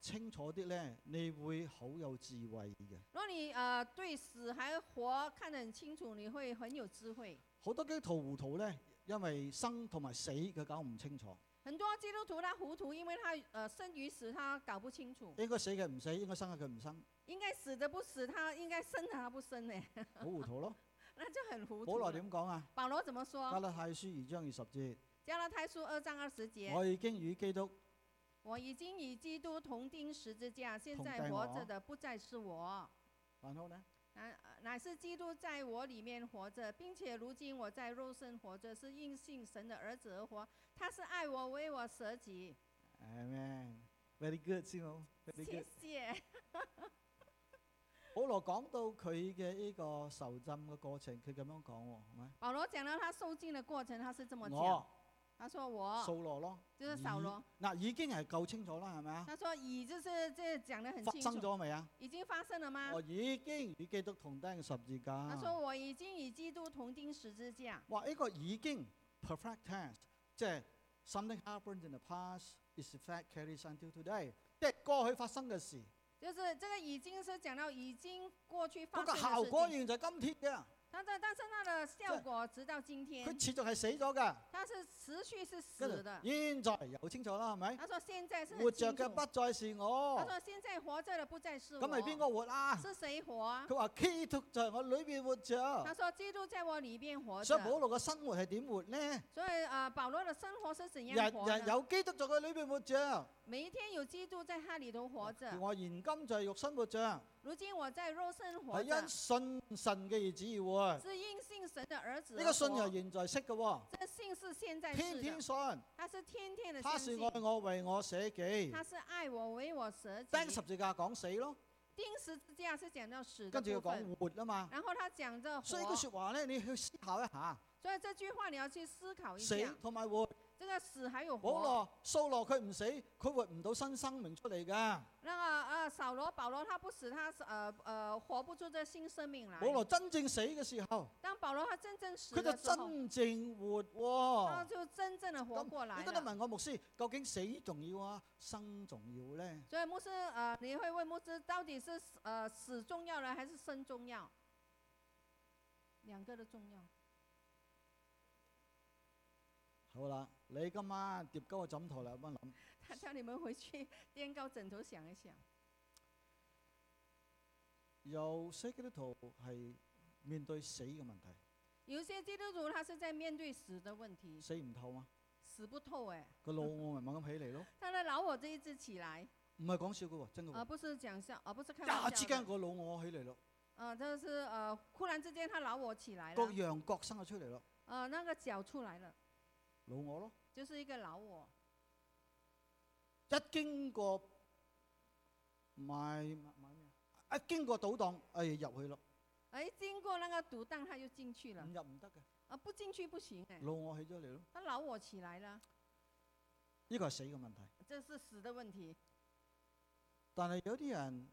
Speaker 2: 清楚啲咧，你會好有智慧嘅。
Speaker 1: 如果你呃对死还活看得很清楚，你会很有智慧。
Speaker 2: 好多基督徒糊塗咧，因為生同埋死佢搞唔清楚，
Speaker 1: 很多基督徒他糊涂，因为他呃生与死他搞不清楚，
Speaker 2: 應該死嘅唔死，應該生嘅佢唔生，
Speaker 1: 应该死的不死，他应该生的他不生呢，
Speaker 2: 好糊塗咯。
Speaker 1: 那就很糊
Speaker 2: 保
Speaker 1: 涂哦
Speaker 2: 羅
Speaker 1: 了。
Speaker 2: 點講啊？
Speaker 1: 保罗怎么
Speaker 2: 加
Speaker 1: 说？
Speaker 2: 拉太書二章二十節。
Speaker 1: 加拉太书二章二十节，
Speaker 2: 我已經與基督
Speaker 1: 我已经与基督同钉十字架，现
Speaker 2: 同
Speaker 1: 在
Speaker 2: 钉
Speaker 1: 活
Speaker 2: 我
Speaker 1: 着的不再是我，
Speaker 2: 然後呢，
Speaker 1: 乃乃是基督在我里面活着，并且如今我在肉身活着，是因信神的儿子而活，他是爱我，为我舍己。
Speaker 2: 係咩？Very good 先好，very
Speaker 1: 谢
Speaker 2: good。
Speaker 1: 谢。
Speaker 2: 保羅講到佢嘅呢個受浸嘅過程，佢咁樣講喎，係咪？
Speaker 1: 保罗讲到他受尽的过程，他是这么讲，
Speaker 2: 我
Speaker 1: 他说我
Speaker 2: 掃羅咯，
Speaker 1: 啊哦
Speaker 2: 嗯
Speaker 1: 就是扫罗。
Speaker 2: 嗱已經係夠清楚啦，係咪啊？
Speaker 1: 他说：“已就是这讲得很
Speaker 2: 發
Speaker 1: 嗯清
Speaker 2: 生
Speaker 1: 楚，
Speaker 2: 咗未啊？
Speaker 1: 已经发生了吗
Speaker 2: 我啊已經與基督同釘十字？”
Speaker 1: 他说：“
Speaker 2: 架。
Speaker 1: 我已经与基督同钉十字架。
Speaker 2: 哇！呢個已經 perfect tense，即係 something happened in the past is in fact carries until today，即係過去發生嘅事，”
Speaker 1: 就是这个已經是讲到已经过去
Speaker 2: 嗰
Speaker 1: 发
Speaker 2: 個
Speaker 1: 生
Speaker 2: 效
Speaker 1: 的事
Speaker 2: 果
Speaker 1: 情，
Speaker 2: 現在今天嘅，
Speaker 1: 但是但是它的效果直到今天
Speaker 2: 佢，持續係死咗嘅。
Speaker 1: 它是持续是
Speaker 2: 跟住
Speaker 1: 死的。
Speaker 2: 現在又清楚啦，係咪？
Speaker 1: 他说现在是
Speaker 2: 活
Speaker 1: 很
Speaker 2: 着
Speaker 1: 清
Speaker 2: 嘅
Speaker 1: 楚。
Speaker 2: 不再是
Speaker 1: 他
Speaker 2: 我，
Speaker 1: 说现在活着的不再是
Speaker 2: 咁係邊
Speaker 1: 我，
Speaker 2: 個活啊？
Speaker 1: 是谁活啊？
Speaker 2: 佢話基督在我裏面活着
Speaker 1: 他，说基督在我里面活
Speaker 2: 所
Speaker 1: 着
Speaker 2: 以。保羅嘅生活係點活呢？
Speaker 1: 所以啊、呃保罗的生活是怎
Speaker 2: 日
Speaker 1: 样活
Speaker 2: 日
Speaker 1: 的？
Speaker 2: 有基督在佢裏面活着，
Speaker 1: 每一天有基督在他里头活着。
Speaker 2: 我現今在肉身活着，
Speaker 1: 如今我在肉身活
Speaker 2: 係
Speaker 1: 着
Speaker 2: 因。信神嘅兒子而活。
Speaker 1: 是因信神的儿子而活。
Speaker 2: 呢個信係現在識嘅喎，
Speaker 1: 这信是现在
Speaker 2: 天
Speaker 1: 式
Speaker 2: 天
Speaker 1: 的，
Speaker 2: 信。
Speaker 1: 他是天天的
Speaker 2: 他
Speaker 1: 相
Speaker 2: 是
Speaker 1: 信，
Speaker 2: 愛我，為我捨己。
Speaker 1: 他是愛我为我舍己。
Speaker 2: 釘十字架講死咯，
Speaker 1: 钉十字架是讲到死的
Speaker 2: 跟住
Speaker 1: 部
Speaker 2: 佢
Speaker 1: 分，
Speaker 2: 講活啊嘛。
Speaker 1: 然后他讲着活，
Speaker 2: 所以呢句説話咧，你去思考一下，
Speaker 1: 所以这句话你要去思考一
Speaker 2: 死
Speaker 1: 下，
Speaker 2: 同埋活。
Speaker 1: 这个死还有
Speaker 2: 保
Speaker 1: 活。
Speaker 2: 羅、掃羅佢唔死，佢活唔到新生命出嚟㗎。
Speaker 1: 那个啊，扫罗、保罗他不死，他是呃呃活不出这新生命来。
Speaker 2: 保羅真正死嘅時候，
Speaker 1: 当保罗他真正死
Speaker 2: 佢就
Speaker 1: 的时候，
Speaker 2: 真正活
Speaker 1: 他
Speaker 2: 喎。
Speaker 1: 就真正的活过来
Speaker 2: 你今日
Speaker 1: 了。
Speaker 2: 問我牧師，究竟死重要啊，生重要咧？
Speaker 1: 所以牧师呃，你会问牧师到底是死呃死重要呢，还是生重要？两个都重要。
Speaker 2: 好啦，你今晚疊高個枕頭嚟咁樣諗，
Speaker 1: 他叫你们回去垫高枕头想一想。
Speaker 2: 有些基督徒係面對死嘅問題，
Speaker 1: 有些基督徒他是在面对死的问题，
Speaker 2: 死唔透嘛，
Speaker 1: 死不透哎，
Speaker 2: 個腦我咪猛咁起嚟咯，
Speaker 1: 他的老我这一直起来，
Speaker 2: 唔係講笑嘅喎，真嘅
Speaker 1: 而、
Speaker 2: 喎。
Speaker 1: 啊不是讲笑，而、不是开
Speaker 2: 一下
Speaker 1: 玩
Speaker 2: 之
Speaker 1: 笑
Speaker 2: 間
Speaker 1: 的。
Speaker 2: 個腦我起嚟咯，
Speaker 1: 呃，但是呃，忽然之间他老我起来
Speaker 2: 個
Speaker 1: 了，
Speaker 2: 羊角生咗出嚟咯，
Speaker 1: 呃，那个脚出来了，
Speaker 2: 腦我咯。
Speaker 1: 就是一个老我。
Speaker 2: 一經過買買買咩啊？一經過賭檔，哎入去咯，
Speaker 1: 哎，经过那个赌档他就进去了
Speaker 2: 唔，入唔得嘅，
Speaker 1: 啊，不进去不行哎，
Speaker 2: 老我起咗嚟咯。
Speaker 1: 他老我起来了，
Speaker 2: 呢個係死嘅問題。
Speaker 1: 这是死的问题。
Speaker 2: à, 但係有啲人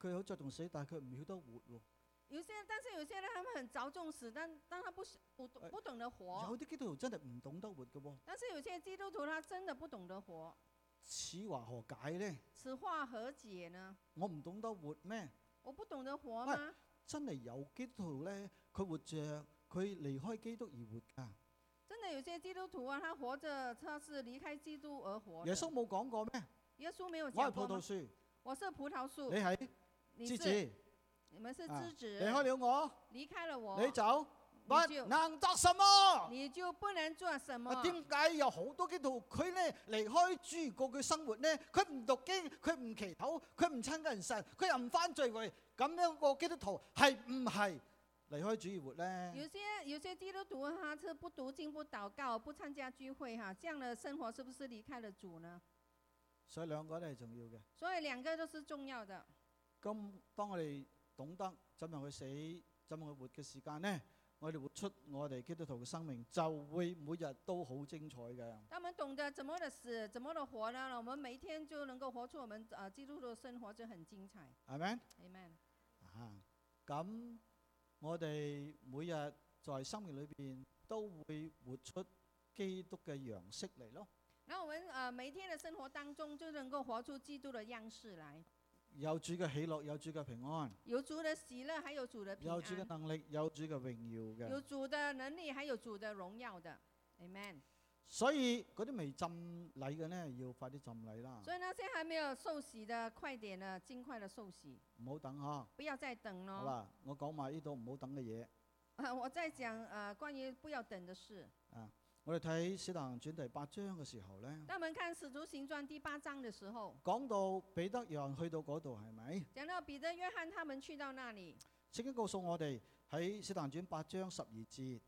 Speaker 2: 佢好着重死，但係佢唔曉得活喎。
Speaker 1: 有些，但是有些人他们很着重死，但但他不是不懂
Speaker 2: 哎
Speaker 1: 不懂得活。
Speaker 2: 有啲基督徒真係唔懂得活嘅喎，
Speaker 1: 但是有些基督徒他真的不懂得活，
Speaker 2: 此話何解呢？
Speaker 1: 此话何解呢？
Speaker 2: 我唔懂得活咩？
Speaker 1: 我不懂得活
Speaker 2: 喂
Speaker 1: 吗？
Speaker 2: 真係有基督徒呢，佢活着，佢離開基督而活㗎。
Speaker 1: 真的有些基督徒啊，他活着他是离开基督而活的。
Speaker 2: 耶穌冇講過咩？
Speaker 1: 耶稣没有
Speaker 2: 我係
Speaker 1: 讲
Speaker 2: 葡
Speaker 1: 过
Speaker 2: 萄
Speaker 1: 吗？
Speaker 2: 樹，
Speaker 1: 我是葡萄树
Speaker 2: 你，係
Speaker 1: 你
Speaker 2: 枝
Speaker 1: 是
Speaker 2: 子，
Speaker 1: 你们是
Speaker 2: 哎啊
Speaker 1: 枝
Speaker 2: 離
Speaker 1: 子，
Speaker 2: 開了我，
Speaker 1: 离开了我，
Speaker 2: 你走，不
Speaker 1: 你就
Speaker 2: 能作什麼？
Speaker 1: 你就不能做什
Speaker 2: 啊
Speaker 1: 么。
Speaker 2: 點解有好多基督徒佢咧離開主過佢生活咧？佢唔讀經，佢唔祈禱，佢唔親近神，佢又唔翻聚會，咁樣個基督徒係唔係離開主而活咧？
Speaker 1: 有些有些基督徒他是不读经、不祷告、不参加聚会哈、这样的生活是不是离开了主呢？
Speaker 2: 所以兩個都係重要嘅。
Speaker 1: 所以两个都是重要的。
Speaker 2: 咁當我哋懂得怎樣去死、怎樣去活嘅時間咧，我哋活出我哋基督徒嘅生命，就會每日都好精彩嘅。
Speaker 1: 当我们懂得怎么的死，怎么的活呢，我们每一天就能够活出我们呃基督徒的生活就很精彩。
Speaker 2: 係咪？
Speaker 1: Amen。
Speaker 2: 啊，咁我哋每日在生命裏邊都會活出基督嘅樣式嚟咯。
Speaker 1: 然后我们呃每一天的生活当中就能够活出基督的样式来，
Speaker 2: 有主嘅喜樂，有主嘅平安，
Speaker 1: 有主的喜乐，还有主的平
Speaker 2: 有主嘅
Speaker 1: 安，
Speaker 2: 能力，有主嘅榮耀
Speaker 1: 有
Speaker 2: 嘅。
Speaker 1: 主的能力，还有主的荣耀的。Amen。
Speaker 2: 所以嗰啲未浸禮嘅呢，要快啲浸禮啦，
Speaker 1: 所以呢，现在还没有受洗的，快点呢，尽快的受洗，
Speaker 2: 唔好等呵。
Speaker 1: 不要再等
Speaker 2: 好
Speaker 1: 咯。
Speaker 2: 啦，我講埋呢度唔好等嘅嘢。
Speaker 1: 啊， 我在讲呃关于不要等的事。
Speaker 2: 啊我哋睇《使徒行傳》第八章嘅時候呢，
Speaker 1: 当我们看《使徒行传》第八章的时候，
Speaker 2: 講到彼得、約翰去到嗰度係咪？
Speaker 1: 讲到彼得、约翰他们去到那里，
Speaker 2: 聖經告訴我哋喺《使徒行傳》八章十二節，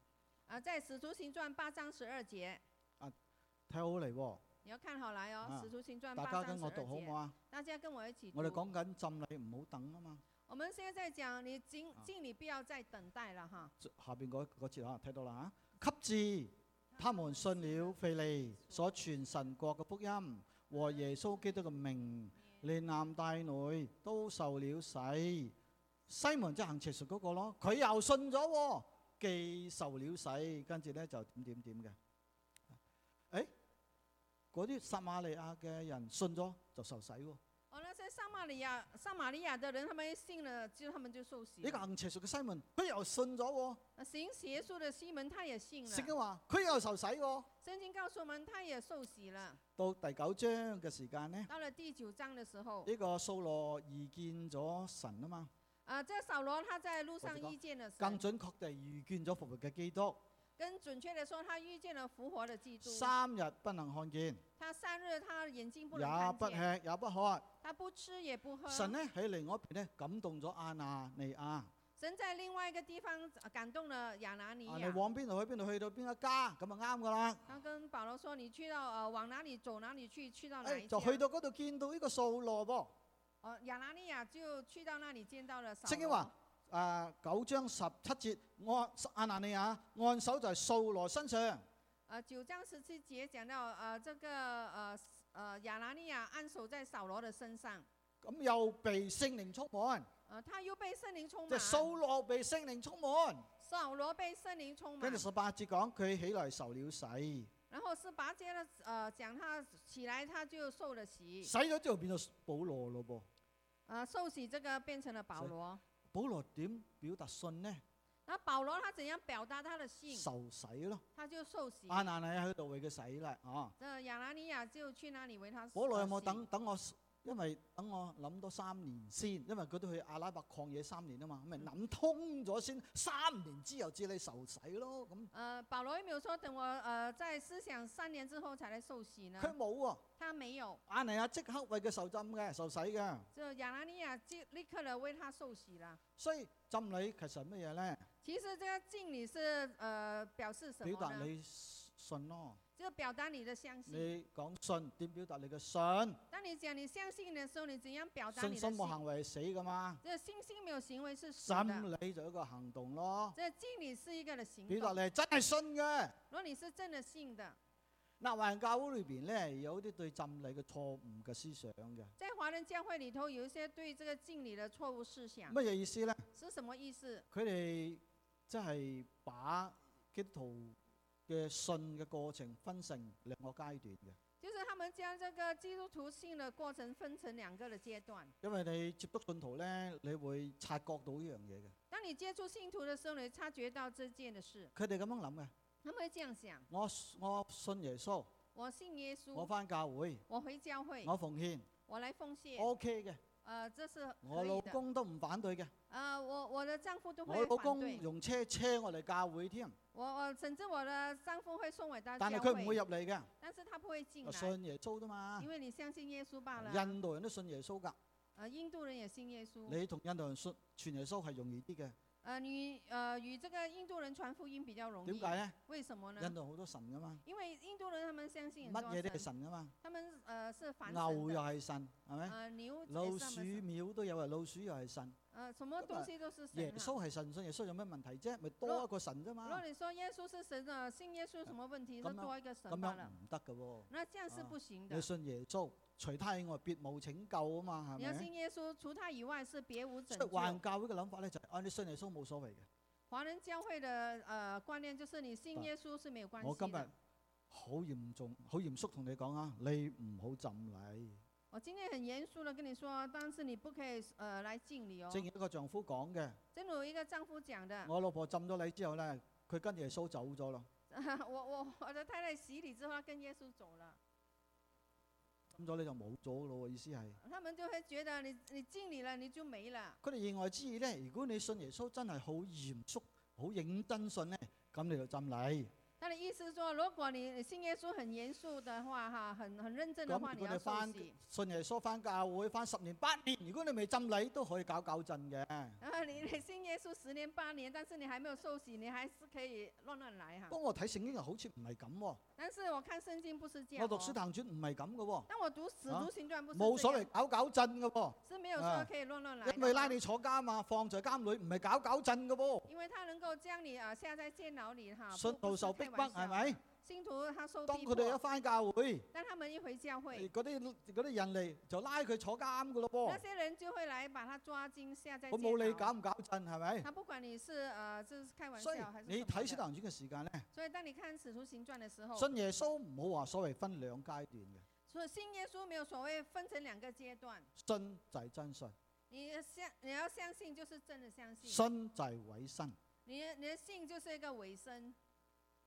Speaker 1: 啊，在《使徒行传》八章十二节，
Speaker 2: 睇好嚟喎。
Speaker 1: 你要看好来哦，
Speaker 2: 啊
Speaker 1: 使徒行传》
Speaker 2: 大
Speaker 1: 八
Speaker 2: 家
Speaker 1: 章
Speaker 2: 跟
Speaker 1: 十
Speaker 2: 我
Speaker 1: 二
Speaker 2: 讀好唔好
Speaker 1: 节，
Speaker 2: 啊？
Speaker 1: 大家跟我一起
Speaker 2: 我哋
Speaker 1: 读
Speaker 2: 講緊浸禮唔好等啊嘛。
Speaker 1: 我们现在在讲，你尽
Speaker 2: 啊
Speaker 1: 尽你不要再等待了哈。
Speaker 2: 下邊嗰嗰節啊，睇到啦嚇。及至他們信了腓利所傳神國嘅福音和耶穌基督嘅名，連男帶女都受了洗。西門即係行邪術嗰個咯，佢又信咗喎，既受了洗，跟住咧就點點點嘅。誒，嗰啲撒瑪利亞嘅人信咗就受洗喎。
Speaker 1: 哦，那些撒玛利亚撒玛利亚的人，他们一信了，就他们就受洗
Speaker 2: 呢個
Speaker 1: 了。
Speaker 2: 行邪術嘅西門，佢又信咗喎。
Speaker 1: 那行邪术的西门他也信了。
Speaker 2: 聖經話佢又受洗喎。
Speaker 1: 圣经告诉我们，他也受洗了。
Speaker 2: 到第九章嘅時間呢，呢、
Speaker 1: 到了第九章的时候，
Speaker 2: 個掃羅遇見咗神啊嘛，
Speaker 1: 啊，这扫罗他在路上
Speaker 2: 我知道
Speaker 1: 遇见了神
Speaker 2: 更，準確地遇見咗復活嘅基督，
Speaker 1: 更准确的说，他遇见了复活的基督。
Speaker 2: 三日不能看見，
Speaker 1: 他三日他眼睛不能
Speaker 2: 也
Speaker 1: 看啊
Speaker 2: 不
Speaker 1: 见，
Speaker 2: 吃也不喝。
Speaker 1: 他不吃也不喝。
Speaker 2: 神呢喺另外一邊呢感動咗亞拿尼亞，亞
Speaker 1: 神在另外一个地方呃感动了亚拿尼
Speaker 2: 拿
Speaker 1: 亚
Speaker 2: 尼，啊往邊度去邊度去到邊一家，咁就啱噶啦。
Speaker 1: 他跟保罗说：“你去到呃往哪里走哪里去，去到哪
Speaker 2: 哎
Speaker 1: 一家
Speaker 2: 就去到嗰度見到呢個掃羅噃。
Speaker 1: 哦，亚拿尼亚就去到那里見到了扫
Speaker 2: 聖經
Speaker 1: 罗
Speaker 2: 話。啊九章十七節，按亞拿尼亞按手在掃羅身上。
Speaker 1: 呃，九章十七节讲到呃这个呃呃亚拿尼亚按手在扫罗的身上，
Speaker 2: 咁又被聖靈充滿，
Speaker 1: 呃他又被圣灵充
Speaker 2: 即係
Speaker 1: 满，
Speaker 2: 掃羅被聖靈充滿。
Speaker 1: 扫罗被圣灵充满
Speaker 2: 跟住。十八節講佢起來受了洗，
Speaker 1: 然后是拔尖了，呃讲他起来他就受了洗，
Speaker 2: 洗咗之後變咗保羅咯噃。
Speaker 1: 呃受洗这个变成了保
Speaker 2: 所以
Speaker 1: 罗。
Speaker 2: 保羅點表達信呢？
Speaker 1: 那保罗他怎样表达他的信？
Speaker 2: 受洗咯。
Speaker 1: 他就受洗。
Speaker 2: 亞拿尼亞喺度為佢洗啦，啊！
Speaker 1: 那亚拿尼亚就去那里为他。
Speaker 2: 保羅有
Speaker 1: 呃
Speaker 2: 冇
Speaker 1: 洗
Speaker 2: 等等我？因為等我諗多三年先，因為佢都去阿拉伯曠野三年啊嘛，咁咪
Speaker 1: 嗯
Speaker 2: 諗通咗先，三年之後至你受洗咯。咁
Speaker 1: 呃，保罗有没有说等我呃在思想三年之后才来受洗呢？
Speaker 2: 佢冇喎，
Speaker 1: 他没有，
Speaker 2: 亞尼亞即刻為佢受浸嘅，受洗嘅。
Speaker 1: 就亚拿尼亚就立刻的为他受洗了。
Speaker 2: 所以浸禮其實係乜嘢咧？
Speaker 1: 其实这个敬礼是呃表示什
Speaker 2: 表
Speaker 1: 么
Speaker 2: 達
Speaker 1: 呢？
Speaker 2: 你信咯。
Speaker 1: 就表达你的相信。
Speaker 2: 你講信點表達你嘅信？
Speaker 1: 当你讲你相信的时候，你怎样表达
Speaker 2: 信
Speaker 1: 你的
Speaker 2: 心冇
Speaker 1: 信？
Speaker 2: 行為係死噶嘛，
Speaker 1: 这信心没有行为是死
Speaker 2: 心
Speaker 1: 的。
Speaker 2: 理就一個行動咯，
Speaker 1: 这敬礼是一个的行
Speaker 2: 表達
Speaker 1: 动。
Speaker 2: 你係真係信嘅。
Speaker 1: 如果你是真的信的，
Speaker 2: 嗱，華人教會裏邊咧有啲對浸禮嘅錯誤嘅思想嘅，
Speaker 1: 在华人教会里头，有一些对这个敬礼的错误思想
Speaker 2: 乜嘢意思咧？
Speaker 1: 是什么意思？
Speaker 2: 佢哋即係把基督徒嘅信嘅過程分成兩個階段嘅，
Speaker 1: 就是他们将这个基督徒信的過程分成兩個的階段。
Speaker 2: 因為你接觸信徒咧，你會察覺到呢樣嘢嘅。
Speaker 1: 當你接觸信徒的時候，你察覺到這件的事，
Speaker 2: 佢哋咁樣諗嘅，
Speaker 1: 他們會這樣想：
Speaker 2: 我我信耶穌，
Speaker 1: 我信耶
Speaker 2: 我
Speaker 1: 穌，
Speaker 2: 翻教會，
Speaker 1: 我回教會，
Speaker 2: 我奉獻
Speaker 1: 我來奉獻，
Speaker 2: ，OK 嘅，
Speaker 1: 呃，這是
Speaker 2: 我
Speaker 1: 可
Speaker 2: 老
Speaker 1: 以的。
Speaker 2: 公都唔反對嘅，
Speaker 1: 呃，我我的丈夫都
Speaker 2: 我
Speaker 1: 會
Speaker 2: 老
Speaker 1: 反
Speaker 2: 公
Speaker 1: 對，
Speaker 2: 用車車我嚟教會添，
Speaker 1: 我我甚至我的丈夫會送我到教
Speaker 2: 但係佢唔會
Speaker 1: 會，
Speaker 2: 入嚟嘅，
Speaker 1: 但是他不會進
Speaker 2: 我
Speaker 1: 來，
Speaker 2: 信耶穌啫嘛
Speaker 1: 因。為你相信耶穌罷了。
Speaker 2: 印度人都信耶穌㗎，
Speaker 1: 呃，印度人也信耶穌，
Speaker 2: 你同印度人信傳耶穌係容易啲嘅，
Speaker 1: 呃，你呃與這個印度人傳福音比較容
Speaker 2: 點
Speaker 1: 易，
Speaker 2: 解咧？
Speaker 1: 為什麼
Speaker 2: 印
Speaker 1: 呢？
Speaker 2: 度好多神㗎嘛。
Speaker 1: 因為印度人他們相信很
Speaker 2: 乜
Speaker 1: 多
Speaker 2: 嘢都係
Speaker 1: 神，
Speaker 2: 神噶嘛，
Speaker 1: 他們呃是凡神
Speaker 2: 牛又
Speaker 1: 的，
Speaker 2: 係神，係咪？
Speaker 1: 呃牛也
Speaker 2: 老
Speaker 1: 是他
Speaker 2: 鼠
Speaker 1: 們神，
Speaker 2: 廟都有啊，老鼠又係神，
Speaker 1: 呃什麼
Speaker 2: 咁啊
Speaker 1: 東西都是
Speaker 2: 耶
Speaker 1: 神啊。
Speaker 2: 穌係神，信耶穌有咩問題啫？咪多一個神啫
Speaker 1: 如果
Speaker 2: 嘛，
Speaker 1: 你說耶穌是神啊，信耶穌有什麼問題？
Speaker 2: 咁
Speaker 1: 是
Speaker 2: 樣
Speaker 1: 多一個神
Speaker 2: 咁
Speaker 1: 罷
Speaker 2: 樣
Speaker 1: 了。
Speaker 2: 唔得噶喎。
Speaker 1: 那這樣是
Speaker 2: 啊
Speaker 1: 不行的
Speaker 2: 你。信耶穌，除他以外別無拯救啊嘛，
Speaker 1: 你
Speaker 2: 係
Speaker 1: 要
Speaker 2: 咪？
Speaker 1: 信耶穌，除他以外是別無拯
Speaker 2: 所以華人
Speaker 1: 救。
Speaker 2: 教會嘅諗法咧就係、啊，你信耶穌冇所謂嘅。
Speaker 1: 華人教會的呃觀念就是你信
Speaker 2: 嗱
Speaker 1: 耶穌是沒有關
Speaker 2: 我今
Speaker 1: 係
Speaker 2: 日
Speaker 1: 的。
Speaker 2: 好嚴重、好嚴肅同你講啊，你唔好浸禮。
Speaker 1: 我今天很嚴肅的跟你說，但是你不可以呃來敬禮哦。
Speaker 2: 正如一個丈夫講嘅，
Speaker 1: 正如一個丈夫講的，
Speaker 2: 我老婆浸咗禮之後咧，佢跟耶穌走咗咯。
Speaker 1: 我我我的太太洗禮之後她跟耶穌走了。
Speaker 2: 浸咗你就冇咗咯喎，意思係。
Speaker 1: 他们就会觉得你你敬礼了，你就没了。
Speaker 2: 佢哋言外之意咧，如果你信耶穌真係好嚴肅、好認真信咧，咁你就浸禮。
Speaker 1: 他的意思是说，如果你你信耶穌很嚴肅的話，哈，很很認真的
Speaker 2: 咁
Speaker 1: 話，你
Speaker 2: 如果
Speaker 1: 要受
Speaker 2: 你翻
Speaker 1: 洗。
Speaker 2: 信耶穌翻教會翻十年八年，如果你未浸禮都可以搞搞震嘅。
Speaker 1: 然后 你你信耶穌十年八年，但是你還沒有受洗，你還是可以亂亂來哈
Speaker 2: 不。過我睇聖經又好似唔係咁喎，
Speaker 1: 但是我看聖經不是這樣、
Speaker 2: 我讀《使徒
Speaker 1: 哦。
Speaker 2: 行傳》唔係咁嘅
Speaker 1: 但我讀《使
Speaker 2: 啊
Speaker 1: 徒行傳》不
Speaker 2: 喎，
Speaker 1: 是
Speaker 2: 冇所
Speaker 1: 這樣
Speaker 2: 謂搞搞震嘅喎，
Speaker 1: 是沒有
Speaker 2: 啊
Speaker 1: 說可以亂亂來的哦。
Speaker 2: 因為拉你坐監嘛，放在監裏唔係搞搞震嘅喎。
Speaker 1: 因為他能夠將你啊下在監牢裡哈。
Speaker 2: 信
Speaker 1: 不
Speaker 2: 徒
Speaker 1: 不是
Speaker 2: 受
Speaker 1: 開
Speaker 2: 逼迫
Speaker 1: 玩
Speaker 2: 係
Speaker 1: 笑
Speaker 2: 咪？？
Speaker 1: 信徒他受
Speaker 2: 當
Speaker 1: 逼
Speaker 2: 佢哋一哎
Speaker 1: 迫，
Speaker 2: 翻教會，
Speaker 1: 但他們一回教會，
Speaker 2: 嗰啲嗰啲人嚟就拉佢坐監嘅咯
Speaker 1: 那
Speaker 2: 噃。
Speaker 1: 些人就會來把他抓進下在
Speaker 2: 哦我冇理
Speaker 1: 監牢
Speaker 2: 搞。唔搞震係咪？
Speaker 1: 他不管你是呃，这是开玩笑
Speaker 2: 所以
Speaker 1: 还是
Speaker 2: 你
Speaker 1: 什
Speaker 2: 睇《
Speaker 1: 么
Speaker 2: 使徒
Speaker 1: 的
Speaker 2: 行傳》嘅時間咧，
Speaker 1: 所以当你看《使徒行傳》的时候，
Speaker 2: 信耶穌唔好話所謂分兩階段嘅，
Speaker 1: 所以信耶穌没有所謂分成兩個階段，
Speaker 2: 信就係真信，
Speaker 1: 你要相你要相信就是真的相信，
Speaker 2: 信就係委身。
Speaker 1: 你的你的信就是一個委身，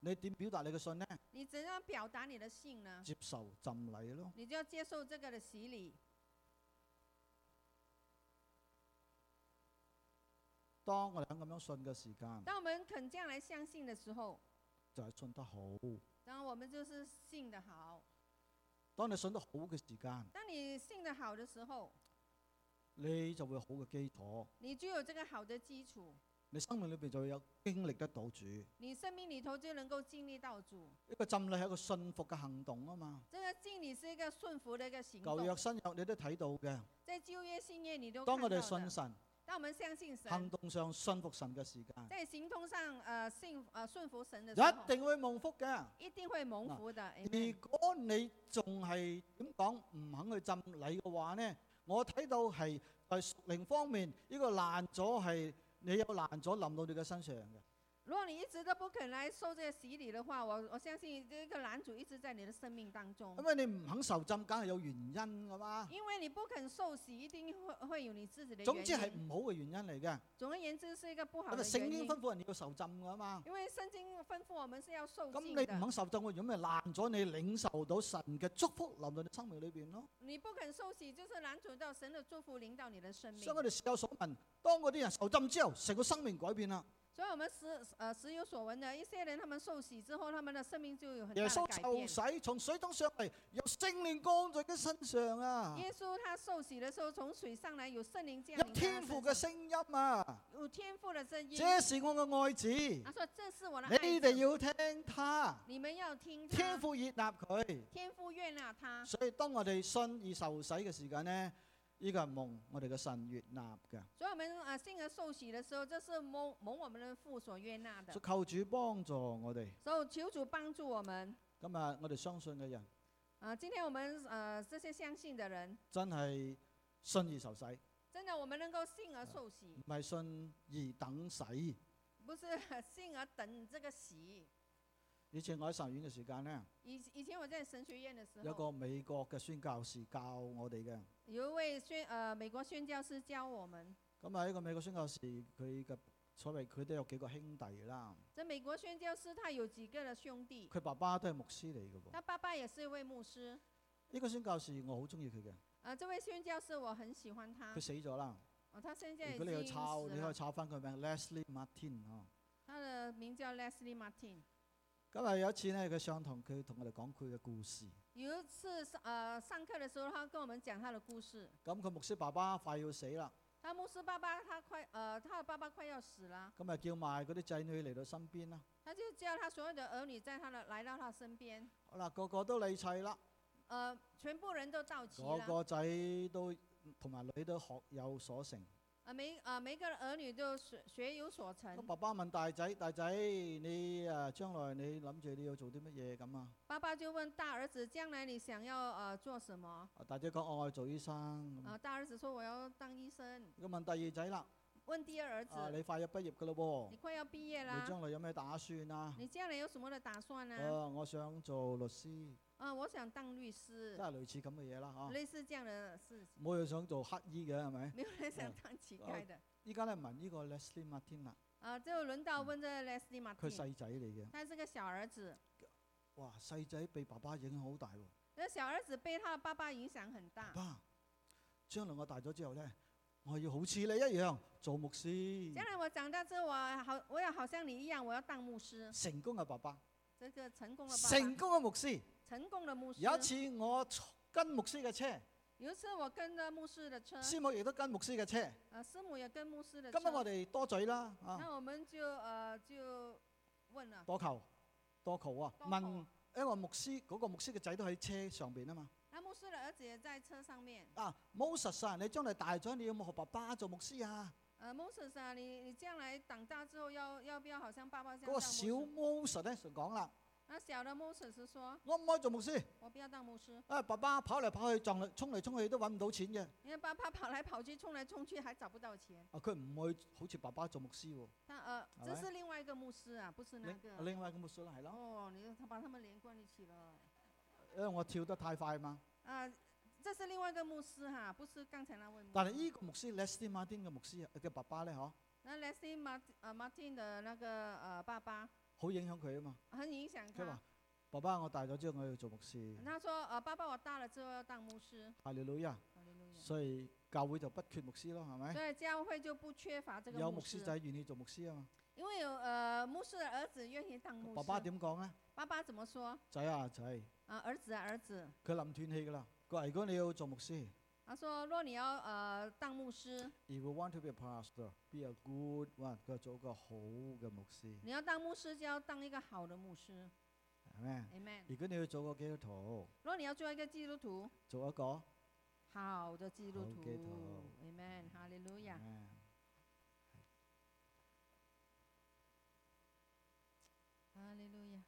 Speaker 2: 你點表達你嘅信呢？
Speaker 1: 你怎樣表達你的信呢？
Speaker 2: 接受浸禮咯。
Speaker 1: 你就要接受這個的洗禮。
Speaker 2: 當我哋肯咁樣信嘅時間，
Speaker 1: 當我們肯這樣來相信的時候，
Speaker 2: 就係信得好。
Speaker 1: 然後我們就是信得好。
Speaker 2: 當你信得好嘅時間，
Speaker 1: 當你信得好的時候，
Speaker 2: 你就會有好嘅基礎，
Speaker 1: 你就有這個好的基礎，
Speaker 2: 你生命裏邊就會有經歷得到主。
Speaker 1: 你生命裡頭就能夠經歷到主。
Speaker 2: 一個浸禮係一個信服嘅行動啊嘛。
Speaker 1: 這個敬禮是一個順服的一個行
Speaker 2: 舊
Speaker 1: 動。
Speaker 2: 約新約你都睇到嘅。
Speaker 1: 在旧约信念你都
Speaker 2: 當
Speaker 1: 看到
Speaker 2: 我哋
Speaker 1: 的。
Speaker 2: 信神，
Speaker 1: 當我們相信
Speaker 2: 行
Speaker 1: 神，
Speaker 2: 動上信服神嘅時間，
Speaker 1: 在行動上呃信呃順服神的時候
Speaker 2: 一，定會蒙福嘅。
Speaker 1: 一定會蒙
Speaker 2: 嗱
Speaker 1: 福的。
Speaker 2: 如
Speaker 1: Amen
Speaker 2: 果你仲係點講唔肯去浸禮嘅話呢，我睇到係在屬靈方面呢、個爛咗係你有爛咗臨到你嘅身上嘅。
Speaker 1: 如果你一直都不肯來受這個洗禮的話，我我相信這個男主一直在你的生命當中
Speaker 2: 因，為你唔肯受浸，梗係有原因噶嘛。
Speaker 1: 因為你不肯受洗，一定會會有你自己的
Speaker 2: 總之係
Speaker 1: 原因。
Speaker 2: 唔好嘅原因嚟嘅。
Speaker 1: 總而言之，是一個不好
Speaker 2: 因
Speaker 1: 的
Speaker 2: 為聖
Speaker 1: 原
Speaker 2: 經
Speaker 1: 因
Speaker 2: 吩。咐人要受浸噶嘛。
Speaker 1: 因為聖經吩咐我們是要受
Speaker 2: 咁
Speaker 1: 浸
Speaker 2: 你唔
Speaker 1: 的，
Speaker 2: 肯受浸，我如果咪爛咗，你領受到神嘅祝福臨到你生命裏邊咯。
Speaker 1: 你不肯受洗，就是男主到神的祝福領導你的生命
Speaker 2: 所以。我哋時有所聞，當嗰啲人受浸之後，成個生命改變啦。
Speaker 1: 所以，我們时呃时有所闻的一些人，他们受洗之後，他們的生命就有很大
Speaker 2: 耶
Speaker 1: 的
Speaker 2: 穌
Speaker 1: 改
Speaker 2: 受
Speaker 1: 變。
Speaker 2: 洗，從水中上嚟，由聖靈降在佢身上啊，
Speaker 1: 耶穌他受洗的時候，從水上來，有聖靈降臨在
Speaker 2: 有
Speaker 1: 他
Speaker 2: 天父
Speaker 1: 身
Speaker 2: 嘅
Speaker 1: 上
Speaker 2: 聲音啊，
Speaker 1: 有天父的聲音。
Speaker 2: 這是我嘅愛子，
Speaker 1: 他說：“這是我的愛子，
Speaker 2: 你哋要聽他，
Speaker 1: 你們要聽他
Speaker 2: 天父熱納佢。
Speaker 1: 天父悦納他。
Speaker 2: 所以當我哋信而受洗嘅時間呢，呢個係蒙我哋嘅神悦納嘅。
Speaker 1: 所以我们啊信而受洗的时候，这是蒙蒙我们的父所悦纳的
Speaker 2: 所以。求主幫助我哋。
Speaker 1: 所以求主帮助我们。
Speaker 2: 今日我哋相信嘅人
Speaker 1: 啊，今天我们呃这些相信的人，
Speaker 2: 真係信而受洗，唔
Speaker 1: 真的我们能够信而受洗，
Speaker 2: 係信而等洗。
Speaker 1: 不是信而等这个洗。
Speaker 2: 以前我喺神學院嘅時間呢，
Speaker 1: 以以前我在神学院的时
Speaker 2: 有
Speaker 1: 候，
Speaker 2: 個美國嘅宣教士教我哋嘅。
Speaker 1: 有一位宣呃美国宣教师教我们，
Speaker 2: 咁啊，呢個美國宣教士佢嘅所謂佢都有幾個兄弟啦，
Speaker 1: 这美国宣教师他有几个的兄弟，
Speaker 2: 佢爸爸都係牧師嚟嘅喎。
Speaker 1: 他爸爸也是一位牧师。
Speaker 2: 呢個宣教士我好中意佢嘅，
Speaker 1: 啊，这位宣教师我很喜欢他
Speaker 2: 佢，死咗啦。
Speaker 1: 哦，他现在已经
Speaker 2: 如果你去
Speaker 1: 死
Speaker 2: 抄，哦你可以
Speaker 1: 了，
Speaker 2: 抄翻佢名 Leslie Martin 啊。
Speaker 1: 他的名叫 Leslie Martin。
Speaker 2: 咁啊，有一次呢，佢上堂，佢同我哋講佢嘅故事。
Speaker 1: 有一次上呃上课的时候，他跟我们讲他的故事。
Speaker 2: 咁佢牧師爸爸快要死啦，
Speaker 1: 他牧师爸爸他快呃他的爸爸快要死了，
Speaker 2: 咁啊叫埋嗰啲仔女嚟到身邊啦。
Speaker 1: 他就叫他所有的儿女在他的来到他身边，
Speaker 2: 好啦，個個都理砌啦，
Speaker 1: 呃，全部人都到齐
Speaker 2: 個
Speaker 1: 了，
Speaker 2: 個仔都同埋女都學有所成。
Speaker 1: 啊每啊每个儿女都学学有所
Speaker 2: 咁
Speaker 1: 成。
Speaker 2: 爸爸問大仔：大仔，你啊將來你諗住你要做啲乜嘢咁啊？
Speaker 1: 爸爸就问大儿子将来你想要呃做什么？
Speaker 2: 啊大仔講：我要做醫生。咁
Speaker 1: 啊，大儿子说我要当医生。
Speaker 2: 咁問第二仔啦：
Speaker 1: 问第二儿子，
Speaker 2: 啊，你快要畢業噶咯
Speaker 1: 你快要毕业
Speaker 2: 喎，
Speaker 1: 啦
Speaker 2: 你，將來有咩打算啊？
Speaker 1: 你将来有什么的打算呢、啊？
Speaker 2: 啊，我想做律師。
Speaker 1: 我想当律师
Speaker 2: 都，係類似咁嘅嘢啦嚇。
Speaker 1: 类似这样的事情，
Speaker 2: 冇人想做乞衣嘅係咪？
Speaker 1: 没有人想
Speaker 2: 嗯
Speaker 1: 当乞
Speaker 2: 哦
Speaker 1: 丐的。
Speaker 2: 依家咧問呢個 Leslie Martin 啦，
Speaker 1: 啊，就轮到问这
Speaker 2: 嗯
Speaker 1: Leslie
Speaker 2: 佢
Speaker 1: Martin，
Speaker 2: 細仔嚟嘅，
Speaker 1: 他是个小儿子，
Speaker 2: 哇細仔被爸爸影響好大喎。
Speaker 1: 那小儿子被他爸爸影響很
Speaker 2: 爸
Speaker 1: 大。
Speaker 2: 爸，將來我大咗之後咧，我要好似你一樣做牧師，
Speaker 1: 将来我长大之后，我好，我要好像你一样，我要当牧师，
Speaker 2: 成功嘅爸爸，
Speaker 1: 这个成功的爸
Speaker 2: 成
Speaker 1: 爸，
Speaker 2: 功嘅牧師。
Speaker 1: 成功的牧师。
Speaker 2: 有一次我跟牧師嘅車，
Speaker 1: 有一次我跟着牧师的车，
Speaker 2: 師母亦都跟牧師嘅車。
Speaker 1: 啊，师母也跟牧师的车
Speaker 2: 今，日我哋多嘴啦，啊
Speaker 1: 那我们就呃就问了，
Speaker 2: 多求多求啊，
Speaker 1: 多求
Speaker 2: 問因為牧師嗰個牧師嘅仔都喺車上邊啊嘛。
Speaker 1: 那牧师的儿子也在车上面，
Speaker 2: 啊，Moses 啊，你將來大咗，你有冇學爸爸做牧師啊？
Speaker 1: 呃，Moses 啊，你你将来长大之后要要不要好像爸爸这样
Speaker 2: 嗰個
Speaker 1: 当
Speaker 2: 小
Speaker 1: 牧师？
Speaker 2: Moses 咧就講啦，
Speaker 1: 那小的 Moses 说
Speaker 2: 我唔可以做牧師，：“
Speaker 1: 我不要当牧师，
Speaker 2: 啊爸爸跑嚟跑去撞嚟衝嚟衝去都揾唔到錢嘅，
Speaker 1: 因为爸爸跑来跑去，冲来冲去，还找不到钱。
Speaker 2: 啊佢唔會好似爸爸做牧師喎，
Speaker 1: 他呃，
Speaker 2: 好
Speaker 1: 这
Speaker 2: 嘞
Speaker 1: 是另外一个牧师啊，不是那
Speaker 2: 另
Speaker 1: 个。
Speaker 2: 另外一個牧師啦係咯，
Speaker 1: 哦，你他把他们连贯一起了。
Speaker 2: 因為我跳得太快嘛。
Speaker 1: 啊，这是另外一个牧师哈、不是刚才那位牧
Speaker 2: 但係
Speaker 1: 师。
Speaker 2: 呢個牧師 Leslie Martin 嘅牧師啊嘅爸爸咧，嗬，
Speaker 1: 那 Leslie Mart 呃 Martin 的那个呃爸爸
Speaker 2: 好影響佢啊嘛。
Speaker 1: 很影响
Speaker 2: 佢
Speaker 1: 他
Speaker 2: 話。：爸爸，我大咗之後我要做牧師。
Speaker 1: 他说呃，爸爸我大了之后要当牧师。
Speaker 2: 哈利路亞，
Speaker 1: 哈利路亚
Speaker 2: 所以教會就不缺牧師咯，係咪？
Speaker 1: 所以教会就不缺乏这个
Speaker 2: 有
Speaker 1: 牧
Speaker 2: 牧
Speaker 1: 师
Speaker 2: 師，仔願意做牧師啊嘛。
Speaker 1: 因为有呃牧师的儿子愿意当牧师。
Speaker 2: 爸爸點講咧？
Speaker 1: 爸爸怎么说？
Speaker 2: 仔啊仔，
Speaker 1: 啊，儿子啊，儿子，
Speaker 2: 佢臨斷氣㗎啦。佢話：如果你要做牧師。
Speaker 1: 他说，若你要呃当牧师，
Speaker 2: If you want to be a pastor, be a good one，佢話做一個好嘅牧師，
Speaker 1: 你要当牧师，就要当一个好的牧师
Speaker 2: 係咪？
Speaker 1: ，amen。
Speaker 2: 如果你要做個基督徒，
Speaker 1: 如果你要做一个基督徒，
Speaker 2: 做一個
Speaker 1: 好的基督
Speaker 2: 好
Speaker 1: 徒
Speaker 2: 基督徒
Speaker 1: ，amen，哈利路
Speaker 2: 係
Speaker 1: 亚。
Speaker 2: 咪
Speaker 1: 哈利路亚。